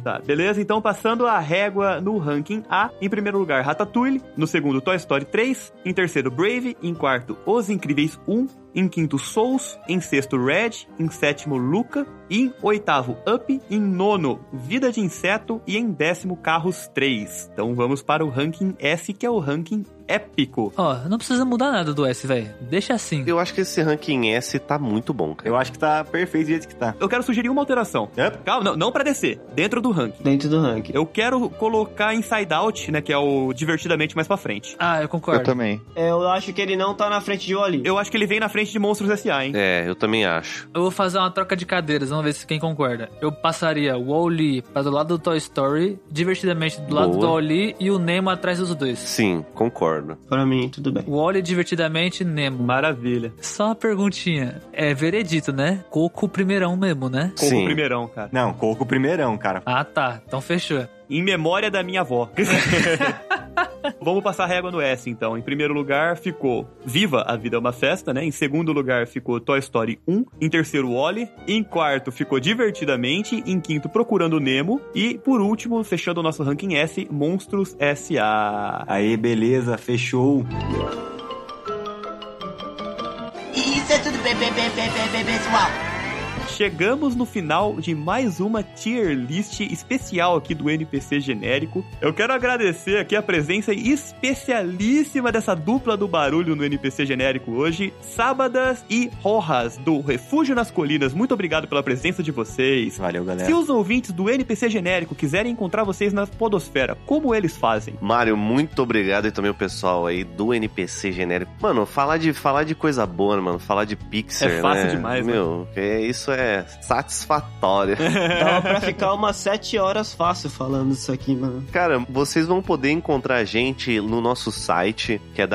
B: Tá, beleza? Então passando a régua no ranking A, em primeiro lugar Ratatouille, no segundo Toy Story 3, em terceiro Brave, em quarto Os Incríveis 1, em quinto Souls, em sexto Red, em sétimo Luca, e em oitavo Up, em nono Vida de Inseto e em décimo Carros 3. Então vamos para o ranking S, que é o ranking épico.
G: Ó, não precisa mudar nada do S, velho. Deixa assim.
F: Eu acho que esse ranking S tá muito bom, cara.
J: Eu acho que tá perfeito do jeito que tá.
B: Eu quero sugerir uma alteração.
J: Yep.
B: Calma, não, não para descer, dentro do ranking.
E: Dentro do ranking.
B: Eu quero colocar Inside Out, né, que é o divertidamente mais pra frente.
G: Ah, eu
C: Eu
G: concordo.
C: também.
E: Eu acho que ele não tá na frente de Oli.
B: Eu acho que ele vem na frente de Monstros S.A., hein?
F: É, eu também acho.
G: Eu vou fazer uma troca de cadeiras, vamos ver se quem concorda. Eu passaria o Wall-E pra do lado do Toy Story, divertidamente do lado
F: Boa.
G: do Wall-E e o Nemo atrás dos dois.
F: Sim, concordo.
E: Pra mim, tudo bem.
G: Wall-E divertidamente Nemo.
B: Maravilha.
G: Só uma perguntinha. É veredito, né? Coco primeirão mesmo, né?
B: Coco
F: Sim.
B: primeirão, cara.
J: Não, Coco primeirão, cara.
G: Ah, tá. Então fechou.
B: Em memória da minha avó. Vamos passar régua no S, então. Em primeiro lugar ficou Viva, a Vida é uma Festa, né? Em segundo lugar ficou Toy Story 1. Em terceiro, Wally. Em quarto ficou Divertidamente. Em quinto, Procurando Nemo. E por último, fechando o nosso ranking S, Monstros S.A.
J: Aí, beleza, fechou.
M: Isso é tudo bem, bem, bem, bem, bem, bem, pessoal.
B: Chegamos no final de mais uma tier list especial aqui do NPC genérico. Eu quero agradecer aqui a presença especialíssima dessa dupla do barulho no NPC genérico hoje, Sábadas e Rojas do Refúgio nas Colinas. Muito obrigado pela presença de vocês.
J: Valeu, galera.
B: Se os ouvintes do NPC genérico quiserem encontrar vocês na Podosfera, como eles fazem?
F: Mário, muito obrigado e também o pessoal aí do NPC genérico. Mano, falar de, falar de coisa boa, né, mano, falar de Pixar,
B: É fácil
F: né?
B: demais,
F: Meu, é- isso é satisfatório.
E: Dava pra ficar umas 7 horas fácil falando isso aqui, mano.
F: Cara, vocês vão poder encontrar a gente no nosso site, que é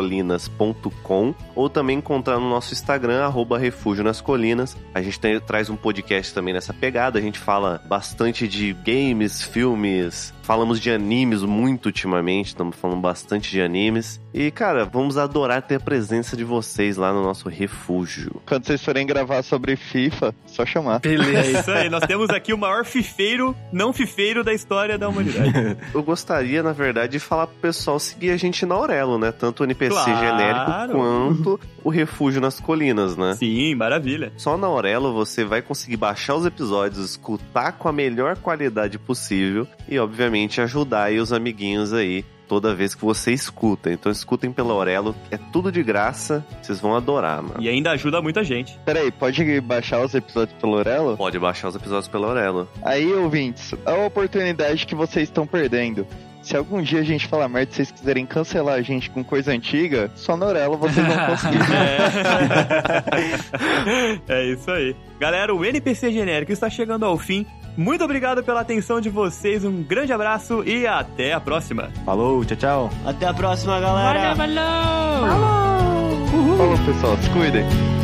F: www.refugionascolinas.com, ou também encontrar no nosso Instagram, arroba Refúgio nas Colinas. A gente tem- traz um podcast também nessa pegada, a gente fala bastante de games, filmes, falamos de animes muito ultimamente, estamos falando bastante de animes. E, cara, vamos adorar ter a presença de vocês lá no nosso refúgio.
C: Quando vocês forem gravar sobre FIFA, só chamar.
B: Beleza. É isso aí, nós temos aqui o maior fifeiro, não fifeiro da história da humanidade.
F: Eu gostaria, na verdade, de falar pro pessoal seguir a gente na Aurelo, né? Tanto o NPC
B: Claro.
F: genérico quanto o Refúgio nas Colinas, né?
B: Sim, maravilha.
F: Só na Aurelo você vai conseguir baixar os episódios, escutar com a melhor qualidade possível e, obviamente, ajudar aí os amiguinhos aí toda vez que você escuta. Então escutem pela Aurelo, é tudo de graça, vocês vão adorar, mano.
B: E ainda ajuda muita gente.
C: Peraí, pode baixar os episódios pelo Orelo?
F: Pode baixar os episódios pela Aurelo.
C: Aí, ouvintes, a oportunidade que vocês estão perdendo. Se algum dia a gente falar merda e vocês quiserem cancelar a gente com coisa antiga, só na Orelo vocês vão conseguir.
B: É isso aí. Galera, o NPC genérico está chegando ao fim. Muito obrigado pela atenção de vocês, um grande abraço e até a próxima.
J: Falou, tchau, tchau.
E: Até a próxima, galera.
C: Falou, pessoal, se cuidem.